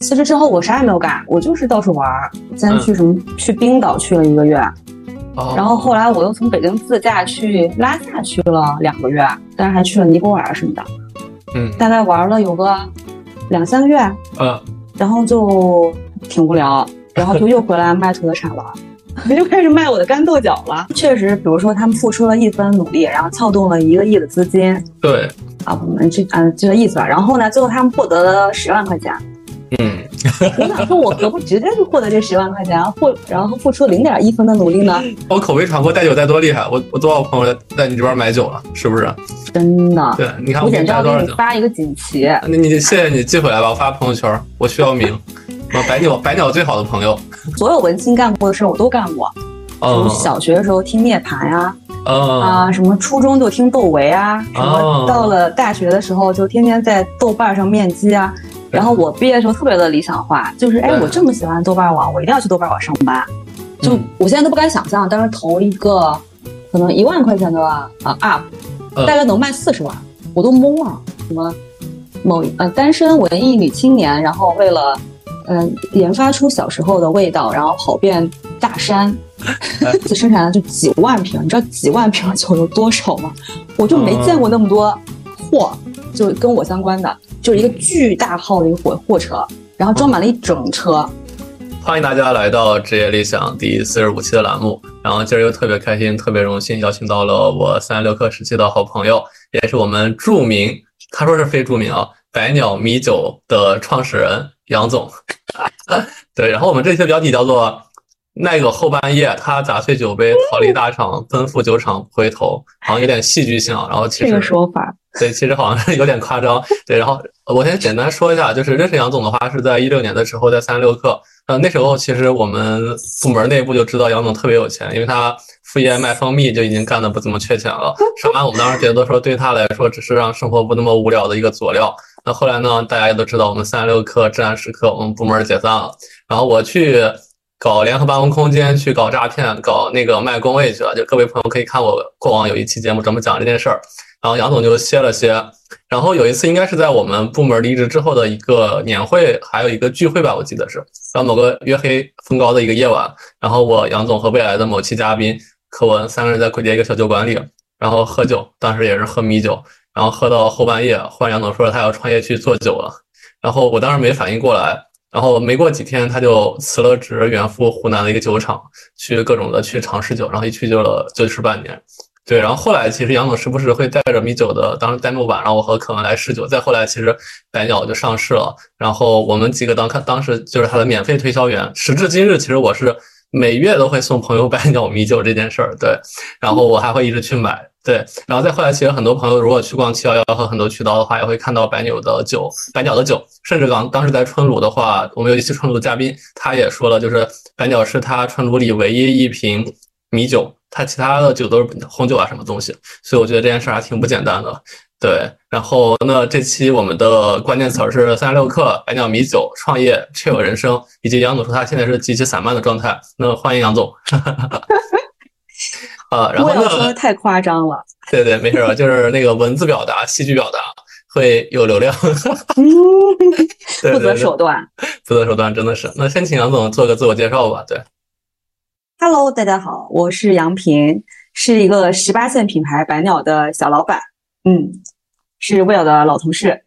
辞职之后我啥也没有干，我就是到处玩儿。先去什么、去冰岛去了一个月，哦然后后来我又从北京自驾去拉萨去了两个月，但是还去了尼泊尔什么的，嗯大概玩了有个两三个月，啊然后就挺无聊，然后就又回来卖土特产了。 又开始卖我的干豆角了。确实，比如说他们付出了一分努力，然后撬动了一个亿的资金对啊，我们这嗯、这个意思吧。然后呢，最后他们获得了十万块钱。嗯我想说，我何不直接就获得这十万块钱，或然后付出零点一分的努力呢？我口碑传播带酒带多厉害，我我多少朋友在你这边买酒了，是不是？真的，对，你看我我给简你直带要多给少你酒？发一个锦旗。你你谢谢你寄回来吧，我发朋友圈，我需要名。我白鸟白鸟最好的朋友，所有文青干过的事儿我都干过，嗯从小学的时候听涅槃呀、啊，嗯什么初中就听窦唯啊，什么哦到了大学的时候就天天在豆瓣上面基啊。然后我毕业的时候特别的理想化，就是哎，对我这么喜欢豆瓣网，我一定要去豆瓣网上班。啊就嗯我现在都不敢想象，当时投一个可能一万块钱的啊 UP，嗯大概能卖四十万，我都懵了。什么某呃单身文艺女青年，然后为了嗯、研发出小时候的味道，然后跑遍大山， 就生产了就几万瓶，你知道几万瓶酒有多少吗？我就没嗯见过那么多货，就跟我相关的，就是一个巨大号的一个货货车，然后装满了一整车。嗯欢迎大家来到《职业理想》第四十五期的栏目。然后今儿又特别开心，特别荣幸邀请到了我三十六课时期的好朋友，也是我们著名，他说是非著名啊，百鸟米酒的创始人杨总。 对，然后我们这期的标题叫做“那个后半夜，他砸碎酒杯逃离大厂，奔赴酒厂不回头”，好像有点戏剧性啊。然后其这实个说法，对，其实好像 是有点夸张。对，然后我先简单说一下，就是认识杨总的话是在一六年的时候，在三十六氪。呃，那时候其实我们部门内部就知道杨总特别有钱，因为他副业卖蜂蜜就已经干得不怎么缺钱了。上班我们当时觉得说对他来说只是让生活不那么无聊的一个佐料。那后来呢，大家也都知道我们三十六氪、至暗时刻我们部门解散了，然后我去。搞联合办公空间，去搞诈骗，搞那个卖工位去了。就各位朋友可以看我过往有一期节目专门讲这件事儿。然后杨总就歇了歇。然后有一次应该是在我们部门离职之后的一个年会，还有一个聚会吧，我记得是，然后某个月黑风高的一个夜晚，然后我杨总和未来的某期嘉宾柯文三个人在鬼街一个小酒馆里，然后喝酒，当时也是喝米酒，然后喝到后半夜，忽然杨总说他要创业去做酒了，然后我当时没反应过来，然后没过几天他就辞了职，远赴湖南的一个酒厂去各种的去尝试酒，然后一去就了就吃半年。对，然后后来其实杨总时不时会带着米酒的，当时弹幕版，然后我和可文来试酒。再后来，其实百鸟就上市了，然后我们几个当看当时就是他的免费推销员。时至今日，其实我是每月都会送朋友百鸟米酒这件事儿，对，然后我还会一直去买，对，然后再后来，其实很多朋友如果去逛七幺幺和很多渠道的话，也会看到百鸟的酒，百鸟的酒，甚至刚当时在春鲁的话，我们有一期春鲁的嘉宾，他也说了，就是百鸟是他春鲁里唯一一瓶米酒，它其他的酒都是红酒啊什么东西，所以我觉得这件事儿还挺不简单的。对，然后那这期我们的关键词儿是三十六氪、百鸟米酒、创业、确有人生，以及杨总说他现在是极其散漫的状态。那欢迎杨总。 啊，然我后要说的呢？太夸张了。对对，没事儿，啊就是那个文字表达、戏剧表达会有流量， 嗯，对不择对对，手段。不择手段，真的是。那先请杨总做个自我介绍吧。对， Hello，大家好，我是杨平，是一个十八线品牌百鸟的小老板，嗯，是 Will 的老同事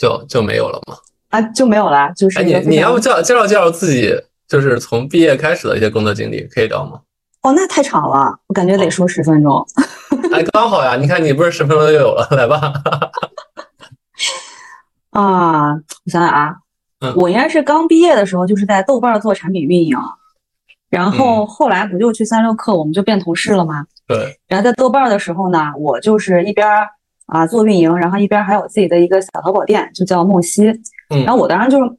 就就没有了嘛。啊，就没有啦，就是哎，一你个非你要常不介绍介绍介绍自己，就是从毕业开始的一些工作经历，可以聊吗？哦，那太长了，我感觉哦得说十分钟。 哎，刚好呀，你看你不是十分钟就有了，来吧。啊，我想想啊，嗯我应该是刚毕业的时候就是在豆瓣儿做产品运营，嗯然后后来不就去三六氪，我们就变同事了吗？对，然后在豆瓣儿的时候呢，我就是一边儿啊做运营，然后一边儿还有自己的一个小淘宝店，就叫梦溪。嗯然后我当时就是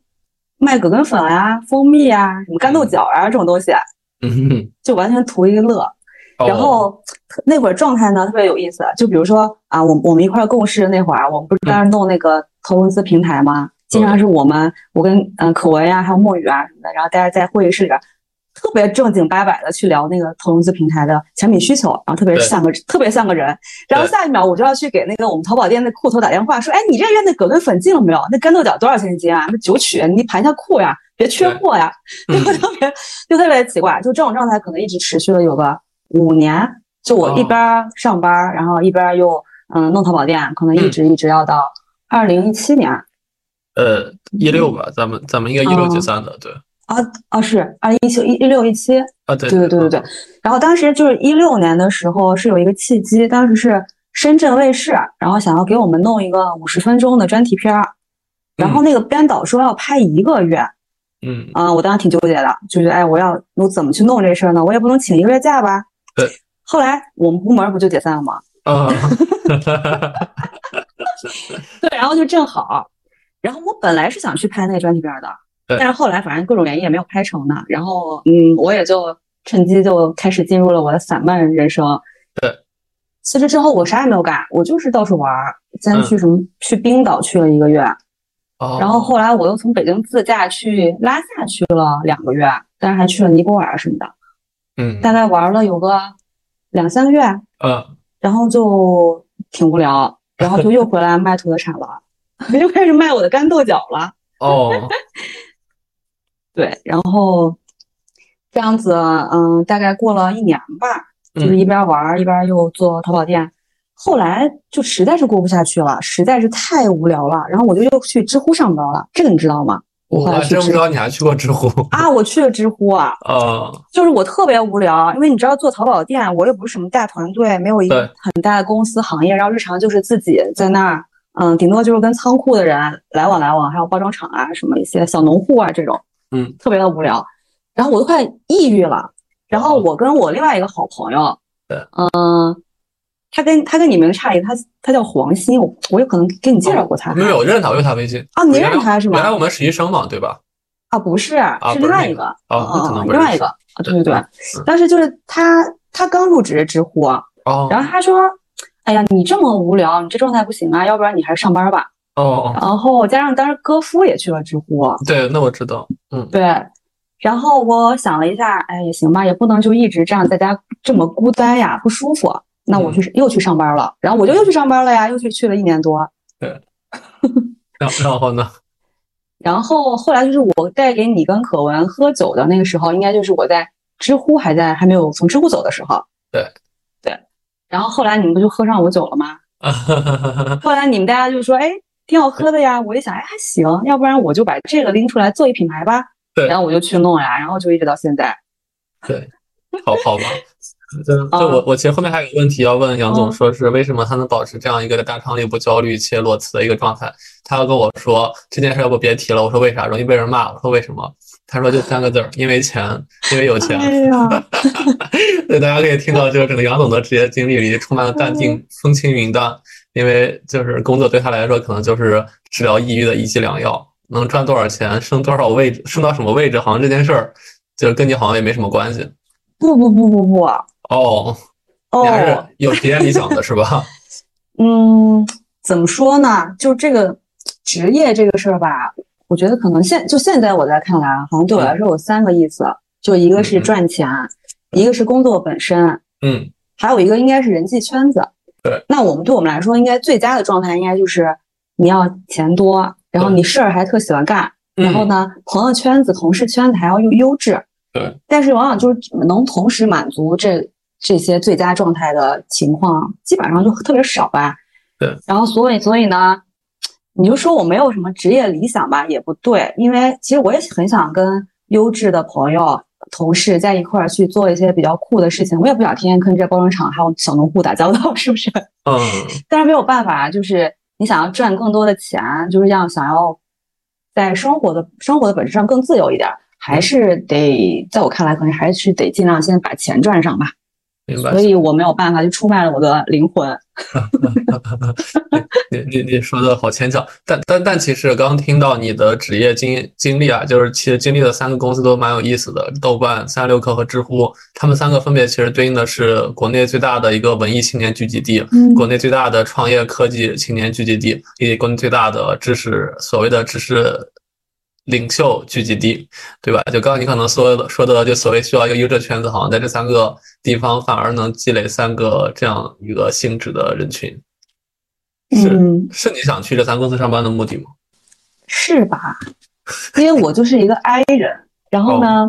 卖葛根粉啊、蜂蜜啊、什么干豆角啊这种东西， 嗯，就完全图一个乐。哦然后那会儿状态呢特别有意思，就比如说啊，我我们一块儿共事那会儿啊，我们不是当时弄那个投融资平啊台吗？经常是我们我跟嗯、呃可文呀、还有墨雨啊什么的，然后大家在会议室里边特别正经八百的去聊那个投融资平台的产品需求，然后特别对像个特别像个人，然后对下一秒我就要去给那个我们淘宝店的裤头打电话说，哎，你这月那葛根粉进了没有？那干豆角多少钱一斤啊？那九曲，你盘一下库呀，别缺货呀，就嗯特别就特别奇怪，就这种状态可能一直持续了有个五年，就我一哦边儿上班儿，然后一边儿又嗯弄淘宝店，可能一直一直要到二零一七年。 呃，一六吧，咱们咱们应该一六哦解散的，对啊啊是二零一七一一六一七，啊，对对对对对对。然后当时就是一六年的时候是有一个契机，当时是深圳卫视，然后想要给我们弄一个五十分钟的专题片嗯儿，然后那个编导说要拍一个月啊、嗯，我当时挺纠结的，就是哎，我要我怎么去弄这事儿呢？我也不能请一个月假吧？对。后来我们部门不就解散了吗？啊，对，然后就正好，然后我本来是想去拍那个专题片儿的，对但是后来反正各种原因也没有拍成呢。然后嗯，我也就趁机就开始进入了我的散漫人生。对，辞职之后我啥也没有干，我就是到处玩儿，先嗯去什么、去冰岛去了一个月，然然后后来我又从北京自驾去拉萨去了两个月，但是还去了尼泊尔什么的，嗯大概玩了有个两三个月，啊然后就挺无聊，然后就又回来卖土特产了，又开始卖我的干豆角了。 哦对，然后这样子，嗯，大概过了一年吧，就是嗯一边玩儿一边又做淘宝店。后来就实在是过不下去了，实在是太无聊了，然后我就又去知乎上班了。这个你知道吗？我我后来还去真不知知道你还去过知乎啊，我去了知乎啊，啊，就是我特别无聊，因为你知道做淘宝店，我又不是什么大团队，没有一个对很大的公司行业，然后日常就是自己在那儿，嗯，顶多就是跟仓库的人来往来往，还有包装厂啊，什么一些小农户啊这种，嗯，特别的无聊，然后我都快抑郁了。然后哦我跟我另外一个好朋友，对嗯，他跟他跟你名差异，他他叫黄鑫，我我有可能给你介绍过他哦没有我认他，我认他微信啊，你原来认他是原来吗？我们实习生嘛，对吧？啊，不是，是另不是外那一个个，啊，那可能不另认外一识个啊，对对对嗯，当时就是他，他刚入职知乎，啊哦然后他说，哎呀，你这么无聊，你这状态不行啊，要不然你还是上班吧。哦哦，然后加上当时戈夫也去了知乎，对，那我知道，嗯对，然后我想了一下，哎，也行吧，也不能就一直这样在家这么孤单呀，不舒服。那我去又去上班了，然后我就又去上班了呀，又去去了一年多。然然后呢？ 然后后来就是我带给你跟可文喝酒的那个时候，应该就是我在知乎还在还没有从知乎走的时候。对，对。然后后来你们不就喝上我酒了吗？后来你们大家就说，哎，挺好喝的呀。我一想，哎，还行，要不然我就把这个拎出来做一品牌吧。对然后我就去弄呀，然后就一直到现在。 对，好好吧。对，对我我其实后面还有个问题要问杨总，嗯说是为什么他能保持这样一个在大厂里不焦虑且裸辞的一个状态？他要跟我说这件事要不别提了，我说为啥？容易被人骂。我说为什么？他说就三个字儿，因为钱，因为有钱。呀，对，大家可以听到，就是整个杨总的职业经历里充满了淡定、风轻云淡，因为就是工作对他来说可能就是治疗抑郁的一剂良药，能赚多少钱、升多少位置、升到什么位置，好像这件事儿就是跟你好像也没什么关系。 不不不不不，哦，哦你，还是有职业理想的是吧？ 嗯，怎么说呢？就这个职业这个事儿吧，我觉得可能现就现在我在看来啊，好像对我来说有三个意思，就一个是嗯赚钱，一个是工作本身，嗯，还有一个应该是人际圈子。对，那我们对我们来说，应该最佳的状态应该就是你要钱多，然后对你事儿还特喜欢干，然后嗯呢，朋友圈子、同事圈子还要又优质。对，但是往往就是能同时满足这这些最佳状态的情况，基本上就特别少吧。对，然后所以所以呢，你就说我没有什么职业理想吧，也不对，因为其实我也很想跟优质的朋友。同事在一块儿去做一些比较酷的事情，我也不想天天跟这包装厂还有小农户打交道， 是不是？嗯，但是没有办法，就是你想要赚更多的钱，就是要想要在生活的生活的本质上更自由一点儿，还是得在我看来，可能还是得尽量先把钱赚上吧。明白所。以我没有办法，就出卖了我的灵魂。你你你说的好牵强，但但但其实刚听到你的职业经经历啊，就是其实经历的三个公司都蛮有意思的，豆瓣、三六氪和知乎，他们三个分别其实对应的是国内最大的一个文艺青年聚集地，嗯国内最大的创业科技青年聚集地，以及国内最大的知识所谓的知识领袖聚集地，对吧？就刚刚你可能说的说的，就所谓需要一个优质圈子，好像在这三个地方反而能积累三个这样一个性质的人群。是嗯，是你想去这三个公司上班的目的吗？是吧？因为我就是一个 I 人，然后呢，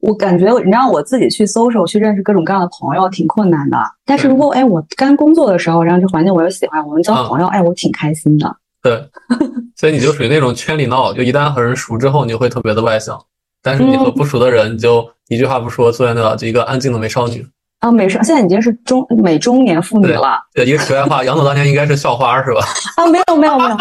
我感觉你让我自己去 social 去认识各种各样的朋友挺困难的。但是如果哎，我干工作的时候，然后这环境我又喜欢，我们交朋友，哎，我挺开心的。对， 所以你就属于那种圈里闹，就一旦和人熟之后，你就会特别的外向，但是你和不熟的人，你就一句话不说，坐在那就一个安静的美少女。啊，美少现在已经是中美中年妇女了对，一个题外话，杨总当年应该是校花是吧？啊！没有没有没 有，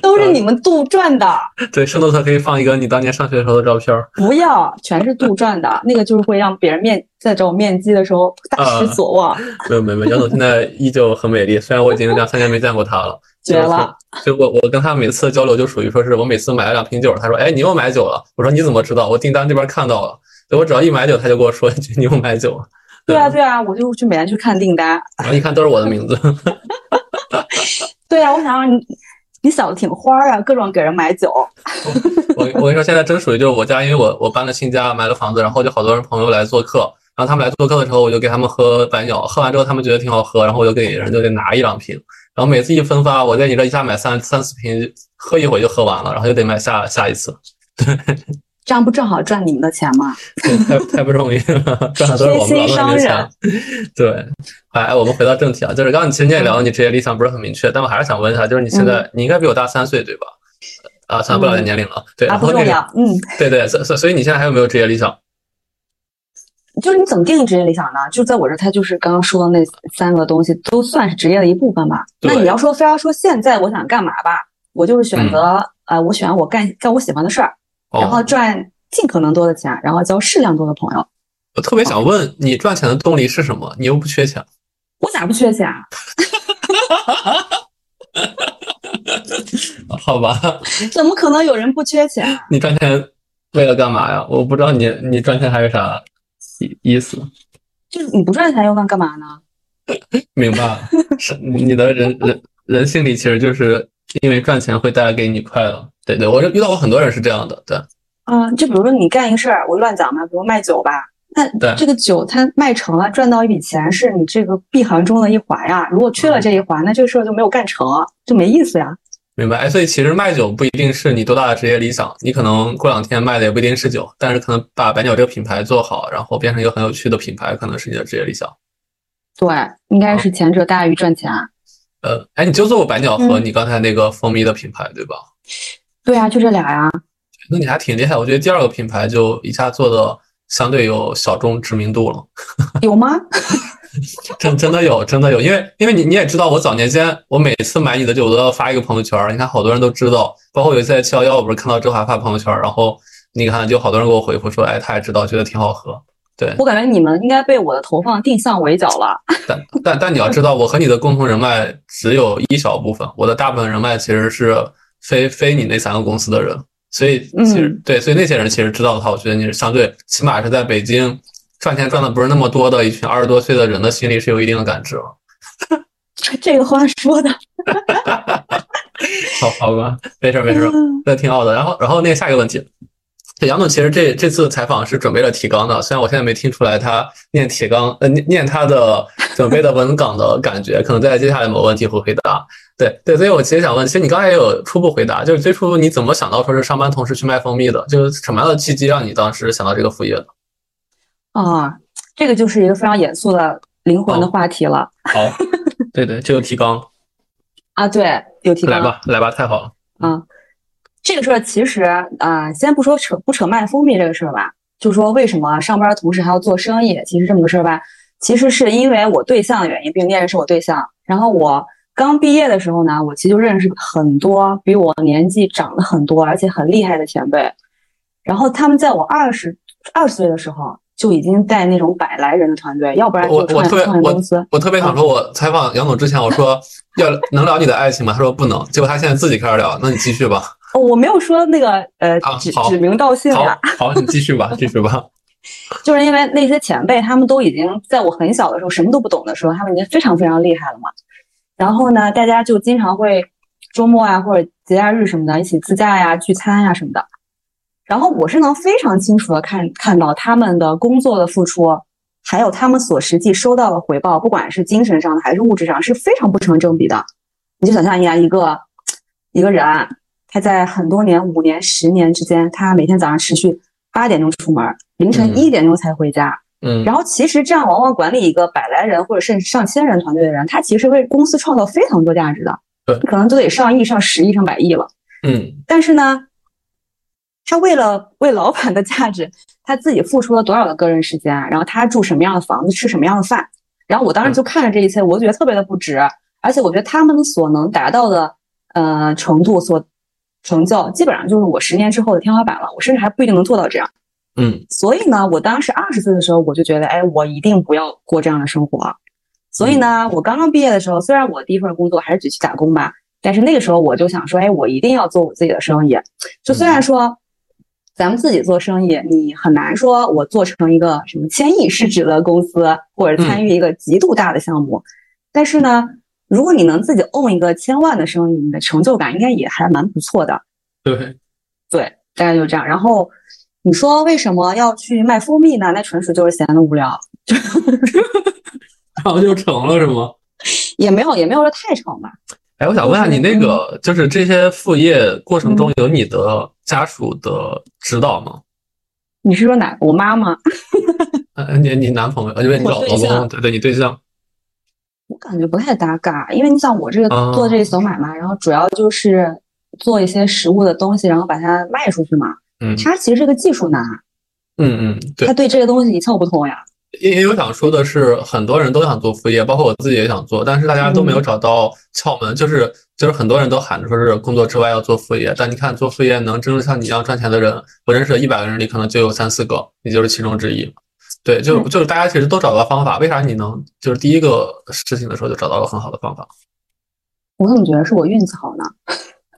都嗯是你们杜撰的，对，圣斗特可以放一个你当年上学时候的照片儿。不要全是杜撰的，那个就是会让别人面在找我面基的时候大嗯失所望，没有没有，没有，杨总现在依旧很美丽，虽然我已经两三年没见过她了。绝了！就我我跟她每次交流就属于说是我每次买了两瓶酒，她说哎你又买酒了，我说你怎么知道？我订单这边看到了，对我只要一买酒，她就跟我说一句你又买酒了。对啊，对啊，我就去每天去看订单。然后一看都是我的名字，对啊，我想让你，你小子挺花儿啊，各种给人买酒。 我我跟你说，现在真属于就是我家，因为我我搬了新家，买了房子，然后就好多人朋友来做客，然后他们来做客的时候，我就给他们喝白鸟，喝完之后他们觉得挺好喝，然后我就给人就得拿一两瓶，然后每次一分发，我在你这一下买三三四瓶，喝一会就喝完了，然后又得买下下一次， 这样不正好赚你们的钱吗？对太太不容易了，赚的都是我们劳动人的钱。对，哎，我们回到正题啊，就是刚刚你其实你也聊到你职业理想不是很明确，但我还是想问一下，就是你现嗯在你应该比我大三岁对吧？啊，算了，不了解年龄了。对，啊，然不后那重个要。嗯，对对，所所所以你现在还有没有职业理想？就是你怎么定义职业理想呢？就在我这儿，它就是刚刚说的那三个东西，都算是职业的一部分吧。对嗯那你要说非要说现在我想干嘛吧，我就是选择、呃，我选我干干我喜欢的事儿，哦然后赚尽可能多的钱，然后交适量多的朋友。我特别哦想问你赚钱的动力是什么？你又不缺钱，我咋不缺钱啊？ 好吧？怎么可能有人不缺钱啊？你赚钱为了干嘛呀？我不知道你你赚钱还有啥意意思？就是你不赚钱又能干嘛呢？明白了，是你的人人人性里其实就是因为赚钱会带来给你快乐。对对，我是遇到过很多人是这样的。对，啊、就比如说你干一个事儿，我乱讲嘛，比如卖酒吧，对那这个酒它卖成了，赚到一笔钱是你这个闭环中的一环呀。如果嗯缺了这一环，那这个事儿就没有干成，就没意思呀。明白。哎，所以其实卖酒不一定是你多大的职业理想，你可能过两天卖的也不一定是酒，但是可能把白鸟这个品牌做好，然后变成一个很有趣的品牌，可能是你的职业理想。对，应啊该是前者大于赚钱。啊呃，哎，你就做过白鸟嗯和你刚才那个蜂蜜的品牌，对吧？对啊呀、就这俩呀、那你还挺厉害，我觉得第二个品牌就一下做的相对有小众知名度了， 有吗？真真的有，真的有，因为因为你你也知道，我早年间我每次买你的酒都要发一个朋友圈儿，你看好多人都知道，包括有一次在七幺幺，我不是看到周华发朋友圈儿，然后你看就好多人给我回复说，哎，他也知道，觉得挺好喝，对，我感觉你们应该被我的投放定向围剿了。 但但但你要知道，我和你的共同人脉只有一小部分，我的大部分人脉其实是非非你那三个公司的人，所以其实、嗯对，所以那些人其实知道的话，我觉得你是相对起码是在北京赚钱赚的不是那么多的一群二十多岁的人的心里是有一定的感知了。这这个话说的，好好吧，没事儿没事儿，那挺好的。然后然后那个下一个问题，对杨总其实这这次采访是准备了提纲的，虽然我现在没听出来他念提纲呃念念他的准备的文稿的感觉，可能在接下来某个问题会回答。对对，所以我其实想问，其实你刚才也有初步回答，就是最初你怎么想到说是上班同事去卖蜂蜜的？就是什么样的契机让你当时想到这个副业的？啊，这个就是一个非常严肃的灵魂的话题了、 好，对对，就有提纲，啊。对，有提来纲。吧来吧，太好了，啊，这个事儿其实啊、呃先不说扯不扯卖蜂蜜这个事儿吧，就说为什么上班的同时还要做生意，其实这么个事儿吧，其实是因为我对象的原因，并念认识我对象。然后我刚毕业的时候呢，我其实就认识很多比我年纪长了很多，而且很厉害的前辈。然后他们在我二十二岁的时候就已经带那种百来人的团队，要不然我就我创特别业创业公司。我特别想嗯说，我采访杨总之前，我说要能聊你的爱情吗？他说不能，结果他现在自己开始聊，那你继续吧。哦，我没有说那个呃啊指好指名道姓啊好，好，你继续吧，继 续吧。就是因为那些前辈他们都已经在我很小的时候什么都不懂的时候，他们已经非常非常厉害了嘛。然后呢，大家就经常会周末啊或者节假日什么的一起自驾呀、聚餐呀什么的。然后我是能非常清楚的看看到他们的工作的付出，还有他们所实际收到的回报，不管是精神上的还是物质上，是非常不成正比的。你就想象一下，一个一个人啊，他在很多年、五年、十年之间，他每天早上持续八点钟出门，凌晨一点钟才回家。嗯，然后其实这样往往管理一个百来人或者甚至上千人团队的人，他其实为公司创造非常多价值的，对可能都得上亿、上十亿、上百亿了。嗯但是呢，他为了为老板的价值，他自己付出了多少的个人时间啊，然后他住什么样的房子，吃什么样的饭，然后我嗯当时就看着这一切，我就觉得特别的不值，而且我觉得他们所能达到的呃程度所成就，基本上就是我十年之后的天花板了，我甚至还不一定能做到这样。嗯所以呢，我当时二十岁的时候，我就觉得，哎，我一定不要过这样的生活。所以呢，我刚刚毕业的时候，虽然我第一份工作还是只去打工吧，但是那个时候我就想说，哎，我一定要做我自己的生意。就虽然说，咱们自己做生意，你很难说我做成一个什么千亿市值的公司，或者参与一个极度大的项目，但是呢，如果你能自己 own 一个千万的生意，你的成就感应该也还蛮不错的。对，对，大概就这样。然后你说为什么要去卖蜂蜜呢？那纯属就是闲的无聊，然后就成了是吗？也没有也没有说太长吧。哎，我想问下你那个，嗯就是这些副业过程中有你的家属的指导吗？你是说哪个？我妈妈，呃，你你男朋友，呃，因为你老我老对象公，对对，你对象，我感觉不太搭嘎，因为你想我这个啊做这个小买卖，然后主要就是做一些食物的东西，然后把它卖出去嘛。嗯他其实是个技术男，嗯嗯，对他，对这个东西一窍不通呀。因为我想说的是，很多人都想做副业，包括我自己也想做，但是大家都嗯没有找到窍门，就是就是很多人都喊着说是工作之外要做副业，但你看做副业能真正像你一样赚钱的人，我认识的一百个人里可能就有三四个，你就是其中之一。对，就嗯就是大家其实都找到了方法，为啥你能就是第一个事情的时候就找到了很好的方法？我怎么觉得是我运气好呢？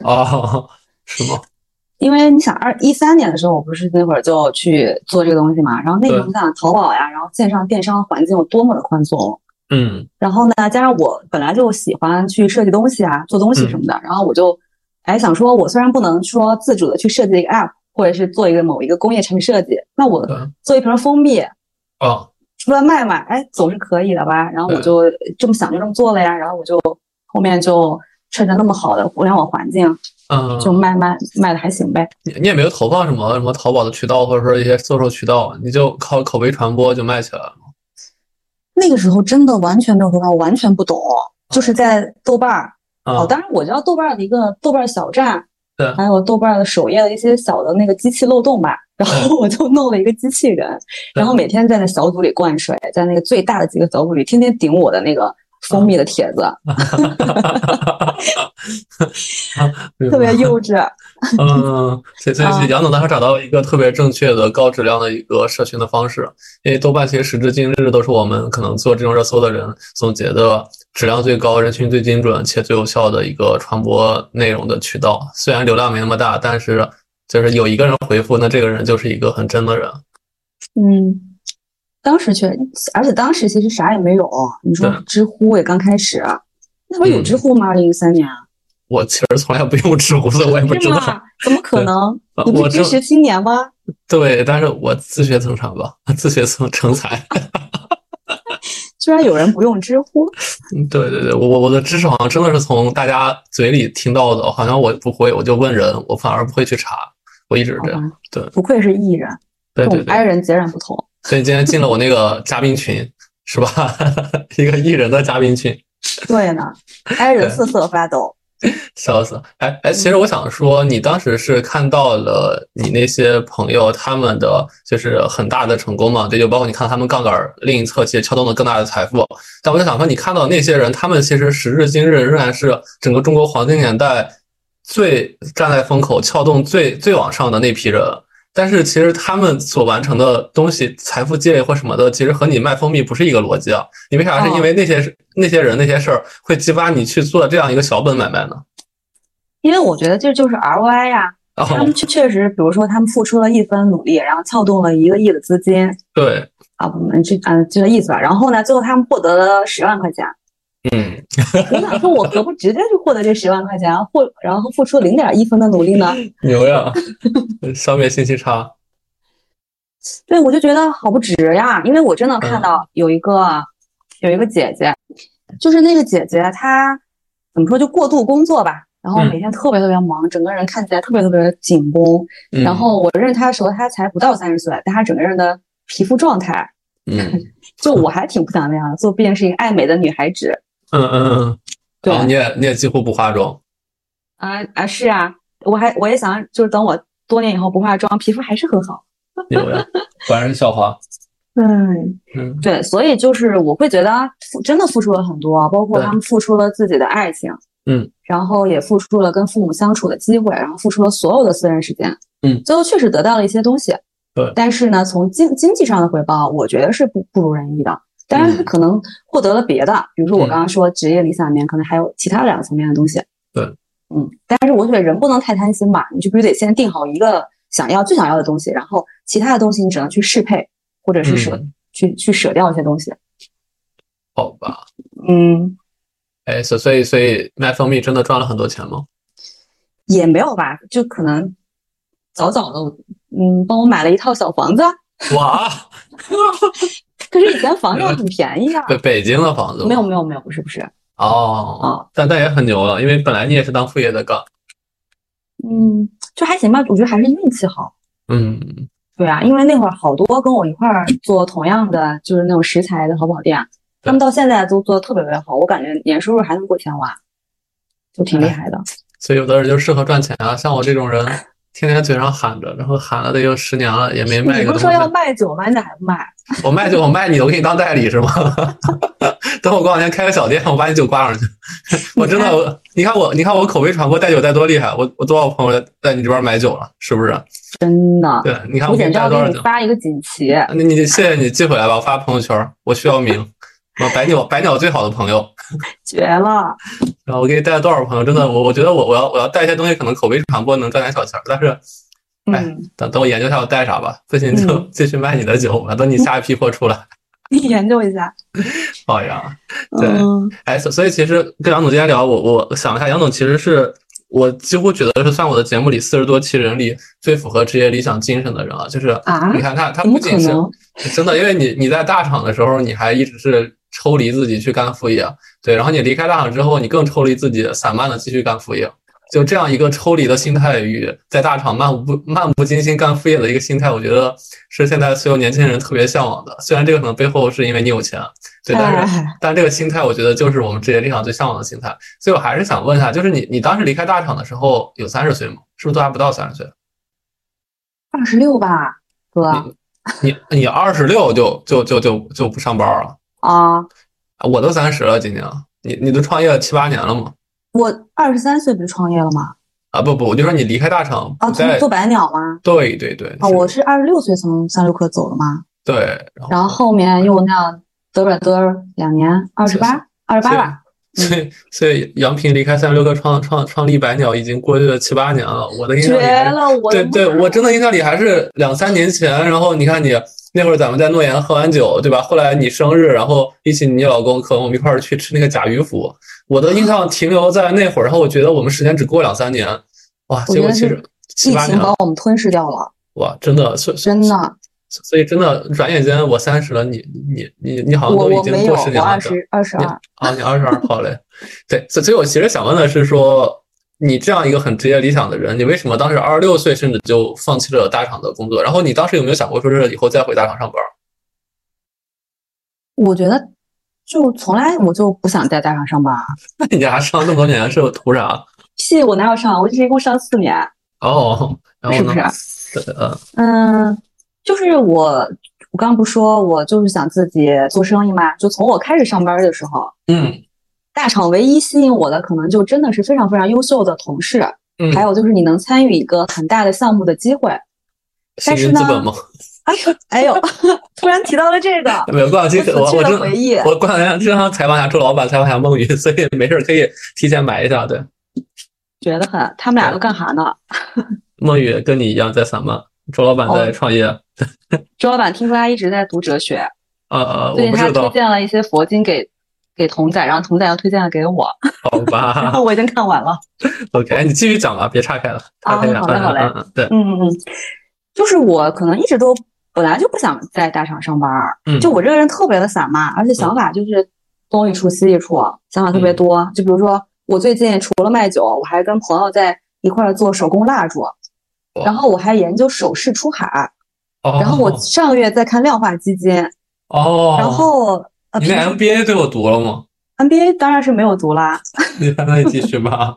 哦， 是吗？因为你想二一三年的时候，我不是那会儿就去做这个东西嘛，然后那时候对你想淘宝呀，然后线上电商环境有多么的宽松，嗯然后呢，加上我本来就喜欢去设计东西啊，做东西什么的，然后我就哎想说，我虽然不能说自主的去设计一个 app，或者是做一个某一个工业产品设计，那我对做一瓶蜂蜜哦，出来卖卖，哎，总是可以的吧？然后我就这么想，就这么做了呀。然后我就后面就趁着那么好的互联网环境，嗯，就卖卖卖的还行呗。你你也没有投放什么什么淘宝的渠道，或者说一些销售渠道，你就靠口碑传播就卖起来了。那个时候真的完全没有头脑，我完全不懂，哦就是在豆瓣儿。啊、哦，当然我知道豆瓣儿的一个豆瓣儿小站，对还有豆瓣儿的首页的一些小的那个机器漏洞吧。然嗯后我就弄了一个机器人，然后每天在那小组里灌水，在那个最大的几个小组里天天顶我的那个嗯蜂蜜的帖子，特别幼稚。 嗯，所以所以啊杨总当时找到一个特别正确的、高质量的一个社群的方式，因为豆瓣其实时至今日都是我们可能做这种热搜的人总结的质量最高、人群最精准且最有效的一个传播内容的渠道。虽然流量没那么大，但是就是有一个人回复，那这个人就是一个很真的人。嗯，当时确，而且当时其实啥也没有。你说对知乎也刚开始，那会儿有嗯知乎吗？二零一三年我其实从来不用 知乎，所以哎我也不知是道。吗？怎么可对能？啊你不我支知持青年吗？对，但是我自学成才吧，自学成成才。居然有人不用知乎，嗯，对对对，我我我的知识好像真的是从大家嘴里听到的，好像我不会，我就问人，我反而不会去查，我一直是好这样。吧， 对不愧是艺人，对跟我对们对， i 人截然不 同。所以今天进了我那个嘉宾群，是吧？ 一个艺人的嘉宾群，对呢，i 人对瑟瑟发抖。笑死！哎哎，其实我想说，你当时是看到了你那些朋友他们的就是很大的成功嘛？对，就包括你看他们杠杆儿另一侧其实撬动了更大的财富。但我就想说，你看到那些人，他们其实时至今日仍然是整个中国黄金年代最站在风口、撬动最最往上的那批人。但是其实他们所完成的东西，财富积累或什么的，其实和你卖蜂蜜不是一个逻辑啊。你为啥是因为那些、那些人那些事儿会激发你去做这样一个小本买卖呢？因为我觉得这就是 ROI 呀、哦，他们确确实，比如说他们付出了一分努力，然后撬动了一个亿的资金对，啊，我们这嗯、这个意思吧。然后呢，最后他们获得了十万块钱，嗯，我想说，我何不直接就获得这十万块钱，或然后付出零点一分的努力呢？牛呀， 消灭信息差。对，我就觉得好不值呀，因为我真的嗯看到有一个、有一个姐姐，就是那个姐姐她怎么说就过度工作吧，然后嗯每天特别特别忙，整个人看起来特别特别的紧绷。嗯然后我认识她的时候，她才不到三十岁，但她整个人的皮肤状态，嗯就我还挺不想那样的，就毕竟是一个爱美的女孩子。嗯嗯嗯，对然后你也你也几乎不化妆。 啊啊是啊，我还我也想就是等我多年以后不化妆，皮肤还是很好。牛呀，果然是校花。嗯，嗯对，所以就是我会觉得付真的付出了很多，啊包括对他们付出了自己的爱情，嗯，然后也付出了跟父母相处的机会，然后付出了所有的私人时间，嗯，最后确实得到了一些东西，对但是呢，从经经济上的回报，我觉得是不不如人意的。当然，他嗯可能获得了别的，比如说我嗯刚刚说职业理想里面可能还有其他两个层面的东西，对，嗯，但是我觉得人不能太贪心吧，你就必须得先定好一个想要最想要的东西，然后其他的东西你只能去适配，或者是舍、嗯去去舍掉一些东西。好吧，嗯，哎，所所以所以卖蜂蜜真的赚了很多钱吗？也没有吧，就可能早早的，嗯，帮我买了一套小房子。哇，可是以前房价很便 宜啊， 北北京的房子吗没有没有没有，不是不是，哦哦，但但也很牛啊了，因为本来你也是当副业的干。嗯，就还行吧，我觉得还是运气好。嗯对啊，因为那会儿好多跟我一块儿做同样的，就是那种食材的淘宝店，啊他们到现在都做的特别特别好，我感觉年收入还能过千万，就挺厉害哎的。，所以有的人就适合赚钱啊，像我这种人，天天嘴上喊着，然后喊了得有十年了，也没卖你不个东是西说。要卖酒吗？你咋还不卖？我卖就我卖你，我给你当代理是吗？ 等我过两天开个小店，我把你酒挂上去。我真的，我你看我，你看我口碑传播带酒带多厉害，我我多少朋友在你这边买酒了，是不是？真的，对，你看我我给简你直带要多给少你酒？发一个锦旗。你你谢谢你寄回来吧，我发朋友圈儿，我需要名，我百鸟百鸟最好的朋友。绝了！然后我给你带了多少朋友？真的，我我觉得我我要我要带一些东西，可能口碑传播能赚点小钱儿，但是哎嗯，等等我研究一下我带啥吧，不行就嗯继续卖你的酒吧，等你下一批货出来。 你研究一下。好呀，对嗯，哎，所所以其实跟杨总今天聊，我我想了一下，杨总其实是我几乎觉得是算我的节目里四十多期人里最符合职业理想精神的人了，就是。啊你，看他，他怎不么可仅是能？真的，因为你你在大厂的时候，你还一直是抽离自己去干副业，对，然后你离开大厂之后，你更抽离自己，散漫的继续干副业，就这样一个抽离的心态与在大厂漫不漫不经心干副业的一个心态，我觉得是现在所有年轻人特别向往的。虽然这个可能背后是因为你有钱，啊对，但是哎，但这个心态，我觉得就是我们职业理想最向往的心态。所以我还是想问一下，就是你你当时离开大厂的时候有三十岁吗？是不是都还不到三十岁？二十六吧，哥嗯你你二十六就就就就就不上班了？啊，我都三十了，今年你你都创业了七八年了吗？我二十三岁不就创业了吗？啊，不不，我就说你离开大厂啊，不从在，做百鸟吗？对对对，啊，我是二十六岁从三六氪走的嘛，对，然后后面又那样嘚吧嘚儿两年，二十八，二十八吧。所以所以杨平离开三十六氪创创创立百鸟已经过去了七八年了，我的印象绝里还是了！我对对，我真的印象里还是两三年前，然后你看你那会儿咱们在诺言喝完酒，对吧？后来你生日，然后一起你老公可能我们一块儿去吃那个甲鱼腐，我的印象停留在那会儿，然后我觉得我们时间只过两三年，哇，我觉结果得其是实七疫八情年了把。我们吞噬掉了，哇，真的，所以所以真的。所以真的，转眼间我三十了，你你你哦你好像我都已我经没有，过十我年二了。十二十二。啊，你二十二，好嘞。对，所以所以我其实想问的是说，你这样一个很职业理想的人，你为什么当时二十六岁甚至就放弃了大厂的工作？然后你当时有没有想过说是以后再回大厂上班？我觉得就从来我就不想在大厂上班，那 你还上了这么多年是有图啥？屁，我哪有上？我这一共上四年，哦，然是后不呢是？？啊对，嗯嗯，就是我，我刚不说，我就是想自己做生意嘛。就从我开始上班的时候，嗯大厂唯一吸引我的，可能就真的是非常非常优秀的同事，嗯，还有就是你能参与一个很大的项目的机会。幸但是运呢资 本吗？哎呦，哎呦， 突然提到了这个，没有，过两期我我死去我的正回忆我过两天正常采访一下周老板，采访一下孟云，所以没事儿可以提前买一下，对。绝得很。他们俩都干啥呢？梦雨跟你一样在散漫，周老板在哦创业。呃周老板听说他一直在读哲学，呃，我最近不他知推道，荐了一些佛经给给童仔，然后童仔又推荐了给我，好 吧我已经看完了。 OK，哎你继续讲吧，别岔开了，岔开了。啊好嘞好嘞嗯嗯嗯对，嗯嗯，嗯，就是我可能一直都本来就不想在大厂上班儿，嗯就我这个人特别的散漫，而且想法就是东一处西一处，想法特嗯别多。就比如说，我最近除了卖酒，我还跟朋友在一块儿做手工蜡烛，哇然后我还研究首饰出海，哦然后我上个月在看量化基金，哦，然后呃你那 MBA 都有读了吗？ MBA 当然是没有读啦，你还能继 续吗？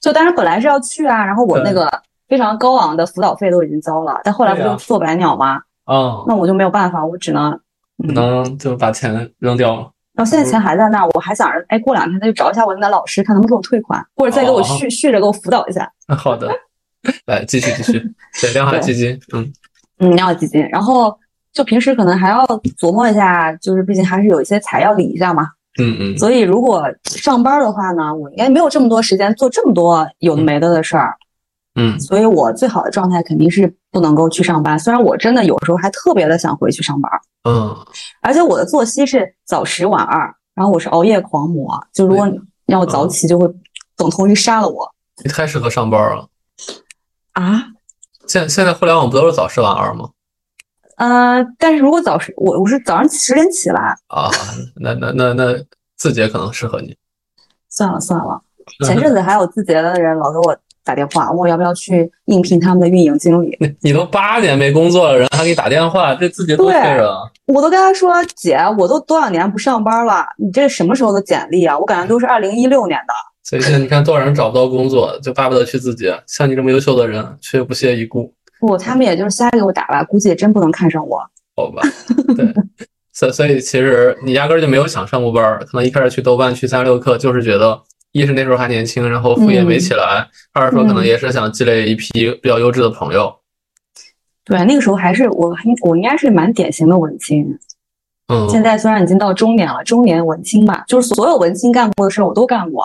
就当然本来是要去啊，然后我那个非常高昂的辅导费都已经交了，但后来不对就啊做白鸟吗？嗯，那我就没有办法，我只能不能就把钱扔掉了。 然后现嗯在钱还在那儿，我还想着，哎，过两天再去找一下我那个老师，看能不能给我退款，或者再给哦我续、续着给我辅导一下。那好的，来继续继续，对，量化基金，嗯嗯，要基金，然后就平时可能还要琢磨一下，就是毕竟还是有一些财要理一下嘛。嗯嗯，所以如果上班的话呢，我应该没有这么多时间做这么多有的没的的事儿，嗯，所以我最好的状态肯定是不能够去上班。虽然我真的有时候还特别的想回去上班，嗯，而且我的作息是早十晚二，然后我是熬夜狂魔，就如果你让我早起，就会等同于杀了我。你太适合上班了。啊，现现在互联网不都是早十晚二吗？呃，但是如果早上我我是早上十点起来，啊，那那那那字节可能适合你。算了算了。嗯前阵子还有字节的人老给我打电话，问我要不要去应聘他们的运营经理， 你都八年没工作了，人还给你打电话，这字节多缺人啊！我都跟他说姐，我都多少年不上班了，你这是什么时候的简历啊？我感觉都是二零一六年的。所以现在你看多少人找不到工作，就巴不得去字节。像你这么优秀的人，却不屑 一顾，不，他们也就是瞎给我打吧，估计也真不能看上我。好吧？对，所所以其实你压根儿就没有想上过班儿，可能一开始去豆瓣、去三六课，就是觉得一是那时候还年轻，然后副业没起嗯来；二是说可能也是想积累一批比较优质的朋友。对，那个时候还是我应我应该是蛮典型的文青。嗯，现在虽然已经到中年了，中年文青吧，就是所有文青干过的事儿我都干过，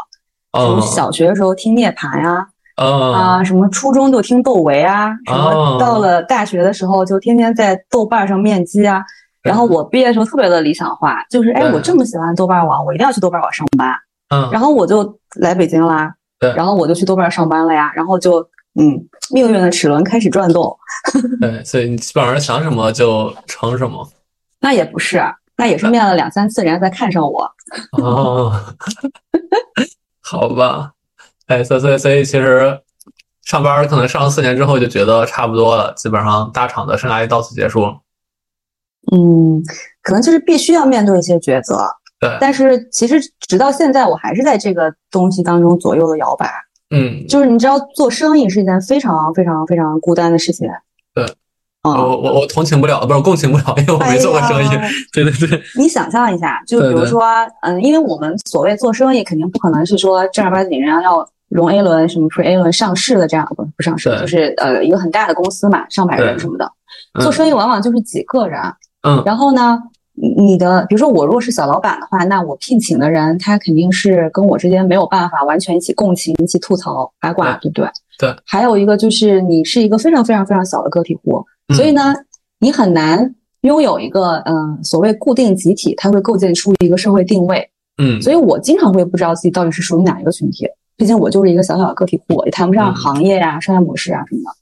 嗯从小学的时候听涅槃呀、嗯啊，什么初中就听窦唯啊，什哦么到了大学的时候就天天在豆瓣上面基啊。然后我毕业的时候特别的理想化，就是哎，嗯对我这么喜欢豆瓣网，我一定要去豆瓣网上班。嗯，然后我就来北京啦对，然后我就去豆瓣上班了呀。然后就嗯，命运的齿轮开始转动。对，所以你基本上想什么就成什么。那也不是，那啊也是面了两三次，人家才看上我。哦， 好吧，哎，所以所以所以，其实上班儿可能上了四年之后就觉得差不多了，基本上大厂的生涯也到此结束。嗯，可能就是必须要面对一些抉择。对但是其实直到现在，我还是在这个东西当中左右的摇摆。嗯，就是你知道，做生意是一件非常非常非常孤单的事情。对，嗯，我我我同情不了，不是共情不了，因为我没做过生意。哎呀对对对，你想象一下，就比对如对说，嗯，因为我们所谓做生意，肯定不可能是说正儿八经人家要融 A 轮、什么 Pre A 轮上市的这样，不不上市，对就是呃一个很大的公司嘛，上百人对什么的。嗯做生意往往就是几个人，嗯然后呢，你你的比如说我如果是小老板的话，那我聘请的人他肯定是跟我之间没有办法完全一起共情、一起吐槽、八卦，对不对？对。还有一个就是你是一个非常非常非常小的个体户，嗯所以呢，你很难拥有一个嗯、呃所谓固定集体，它会构建出一个社会定位。嗯所以我经常会不知道自己到底是属于哪一个群体，毕竟我就是一个小小的个体户，也谈不上嗯行业呀、商业模式啊什么的。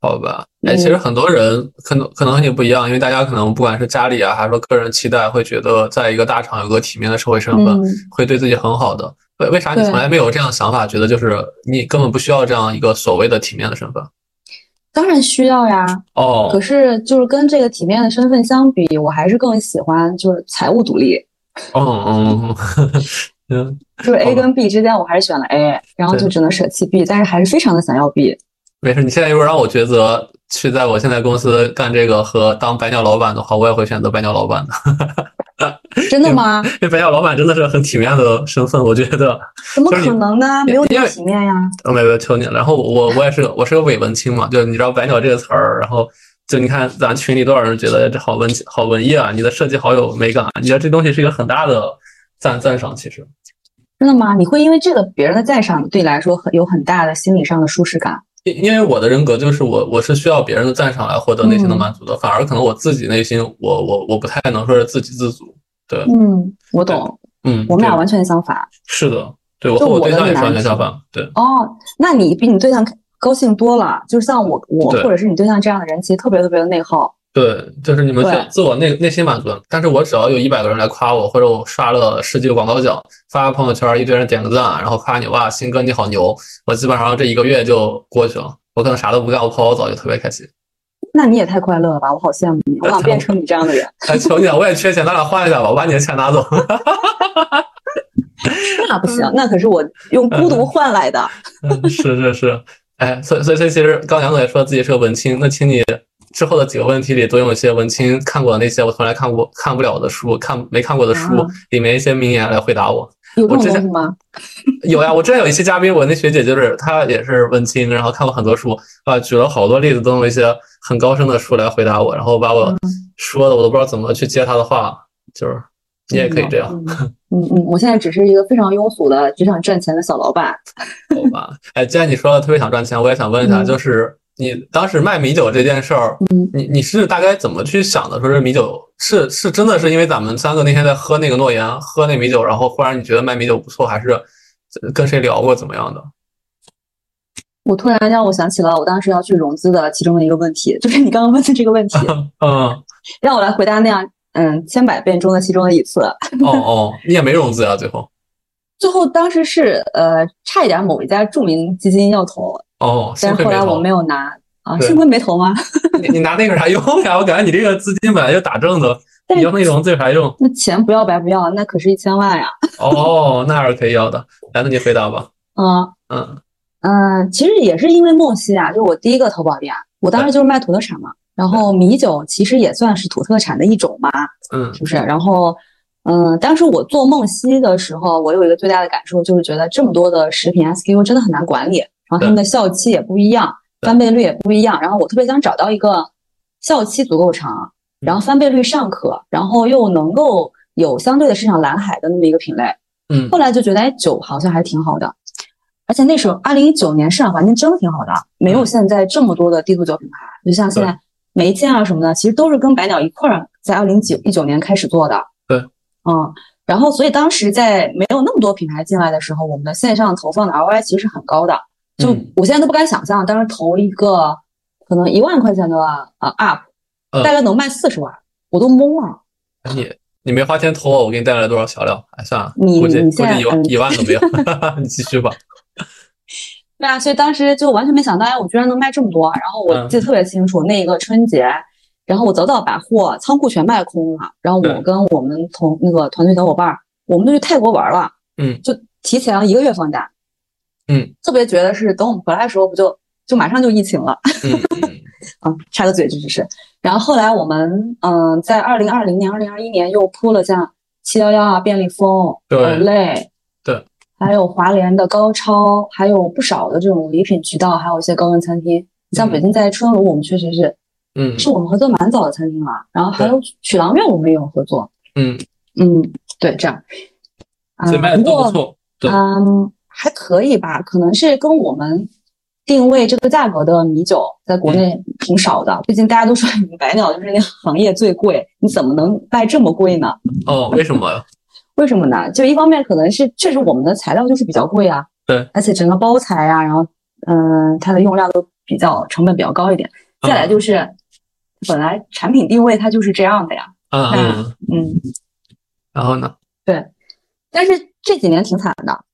好吧，嗯哎，其实很多人可能可能和你不一样，因为大家可能不管是家里啊，还是说个人期待，会觉得在一个大厂有个体面的社会身份，嗯，会对自己很好的。为为啥你对从来没有这样想法？觉得就是你根本不需要这样一个所谓的体面的身份？当然需要呀。哦，可是就是跟这个体面的身份相比，我还是更喜欢就是财务独立，嗯嗯 嗯嗯就是好 A 吧跟 B 之间，我还是选了 A，然后对就只能舍弃 B，但是还是非常的想要 B。没事。你现在如果让我抉择去在我现在公司干这个和当白鸟老板的话，我也会选择白鸟老板的， 真的吗？因为白鸟老板真的是很体面的身份，我觉得。怎么就是你可能呢？没有你因为体面呀。呃没没求你了。然后我我也是我是个伪文青嘛，就是你知道“白鸟”这个词儿，然后就你看咱群里多少人觉得这好文好文艺啊，你的设计好有美感啊，你觉得这东西是一个很大的赞赞赏，其实。真的吗？你会因为这个别人的赞赏对你来说很有很大的心理上的舒适感？因因为我的人格就是我，我是需要别人的赞赏来获得内嗯心的满足的，反而可能我自己内心，我我我不太能说是自给自足。对，嗯，我懂。嗯，我们俩对完全相反。是的，对我就和我对的象也是男完全生相反，对，哦，那你比你对象高兴多了。就是像我我对或者是你对象这样的人，其实特别特别的内耗。对，就是你们对自自我内内心满足，但是我只要有一百个人来夸我，或者我刷了十几个广告角，发朋友圈一堆人点个赞，然后夸你哇，新哥你好牛，我基本上这一个月就过去了，我可能啥都不干，我泡泡澡就特别开心。那你也太快乐了吧！我好羡慕你，我想变成你这样的人。哎，求你了，我也缺钱，咱俩换一下吧，我把你的钱拿走。那不行，那可是我用孤独换来的。嗯是是是，哎，所以所以所以其实刚杨总也说自己是个文青，那请你之后的几个问题里多用一些文青看过的那些我从来看过看不了的书，看没看过的书啊里面一些名言来回答我。有这我种之前东西吗？有呀，我之前有一期嘉宾，我那学姐就是她也是文青，然后看过很多书啊，举了好多例子，都用一些很高深的书来回答我，然后把我说的我都不知道怎么去接她的话，就是你也可以这样。嗯。嗯嗯，我现在只是一个非常庸俗的只想赚钱的小老板。好吧，哎，既然你说特别想赚钱，我也想问一下，嗯就是你当时卖米酒这件事儿，嗯你你是大概怎么去想的？说这米酒是是真的是因为咱们三个那天在喝那个诺言，喝那米酒，然后忽然你觉得卖米酒不错，还是呃跟谁聊过怎么样的？ 我突然让我想起了我当时要去融资的其中的一个问题，就是你刚刚问的这个 问题，嗯，让我来回答那样，嗯，千百遍中的其中的一次。哦哦，你也没融资啊，最后。最后当时是呃，差一点某一家著名基金要投，哦，幸但是亏后没来我投没有拿啊，对幸亏没投吗？ 你你拿那个有啥用呀？我感觉你这个资金本来就打正的，但你是要那融资有啥用？那钱不要白不要，那可是一千万呀。哦，那还是可以要的。来，那你回答吧。嗯嗯嗯，其实也是因为梦溪啊，就是我第一个投保店，我当时就是卖土特产嘛。然后米酒其实也算是土特产的一种嘛，嗯是不是？然后，嗯，当时我做梦溪的时候，我有一个最大的感受就是觉得这么多的食品 SKU 真的很难管理，然后他们的效期也不一样，对翻倍率也不一样。然后我特别想找到一个效期足够长，然后翻倍率尚可，然后又能够有相对的市场蓝海的那么一个品类。嗯后来就觉得，哎，酒好像还挺好的，而且那时候二零一九年市场环境真的挺好的，没有现在这么多的低度酒品牌，嗯就像现在梅见啊什么的，其实都是跟白鸟一块儿在二零九一九年开始做的。对，嗯，然后所以当时在没有那么多品牌进来的时候，我们的线上投放的 ROI 其实是很高的，就嗯我现在都不敢想象，当时投一个可能一万块钱的呃 UP，嗯大概能卖四十万，我都懵了。你你没花钱投我，我给你带来多少小料？哎，算了，你估计你估现在计一万嗯一万都没有。 你继续吧。对啊，所以当时就完全没想到，哎，我居然能卖这么多。然后我嗯记得特别清楚，那个春节，然后我早早把货仓库全卖空了，然后对我跟我们同那个团队小伙伴儿，我们就去泰国玩了，嗯，就提前了一个月放假，嗯，特别觉得是等我们回来的时候，不就就马上就疫情了。嗯嗯啊，插个嘴，这只是。然后后来我们，嗯、在二零二零年、二零二一年又铺了像七幺幺啊、便利蜂、对类，对，还有华联的高超，还有不少的这种礼品渠道，还有一些高端餐厅。你像嗯北京在春如，我们确实是、嗯是我们合作蛮早的餐厅了。然后还对有曲廊苑，我们也有合作。嗯，嗯，对，这样。啊、所以卖的不都过不错。对嗯，还可以吧，可能是跟我们定位这个价格的米酒在嗯国内挺少的。毕竟大家都说白鸟就是那个行业最贵，你怎么能卖这么贵呢？哦，为什么呀？为什么呢？就一方面可能是确实我们的材料就是比较贵啊，对，而且整个包材啊，然后嗯、它的用料都比较成本比较高一点。嗯再来就是本来产品定位它就是这样的呀，嗯嗯，嗯嗯， 然后呢？ 但是这几年挺惨的。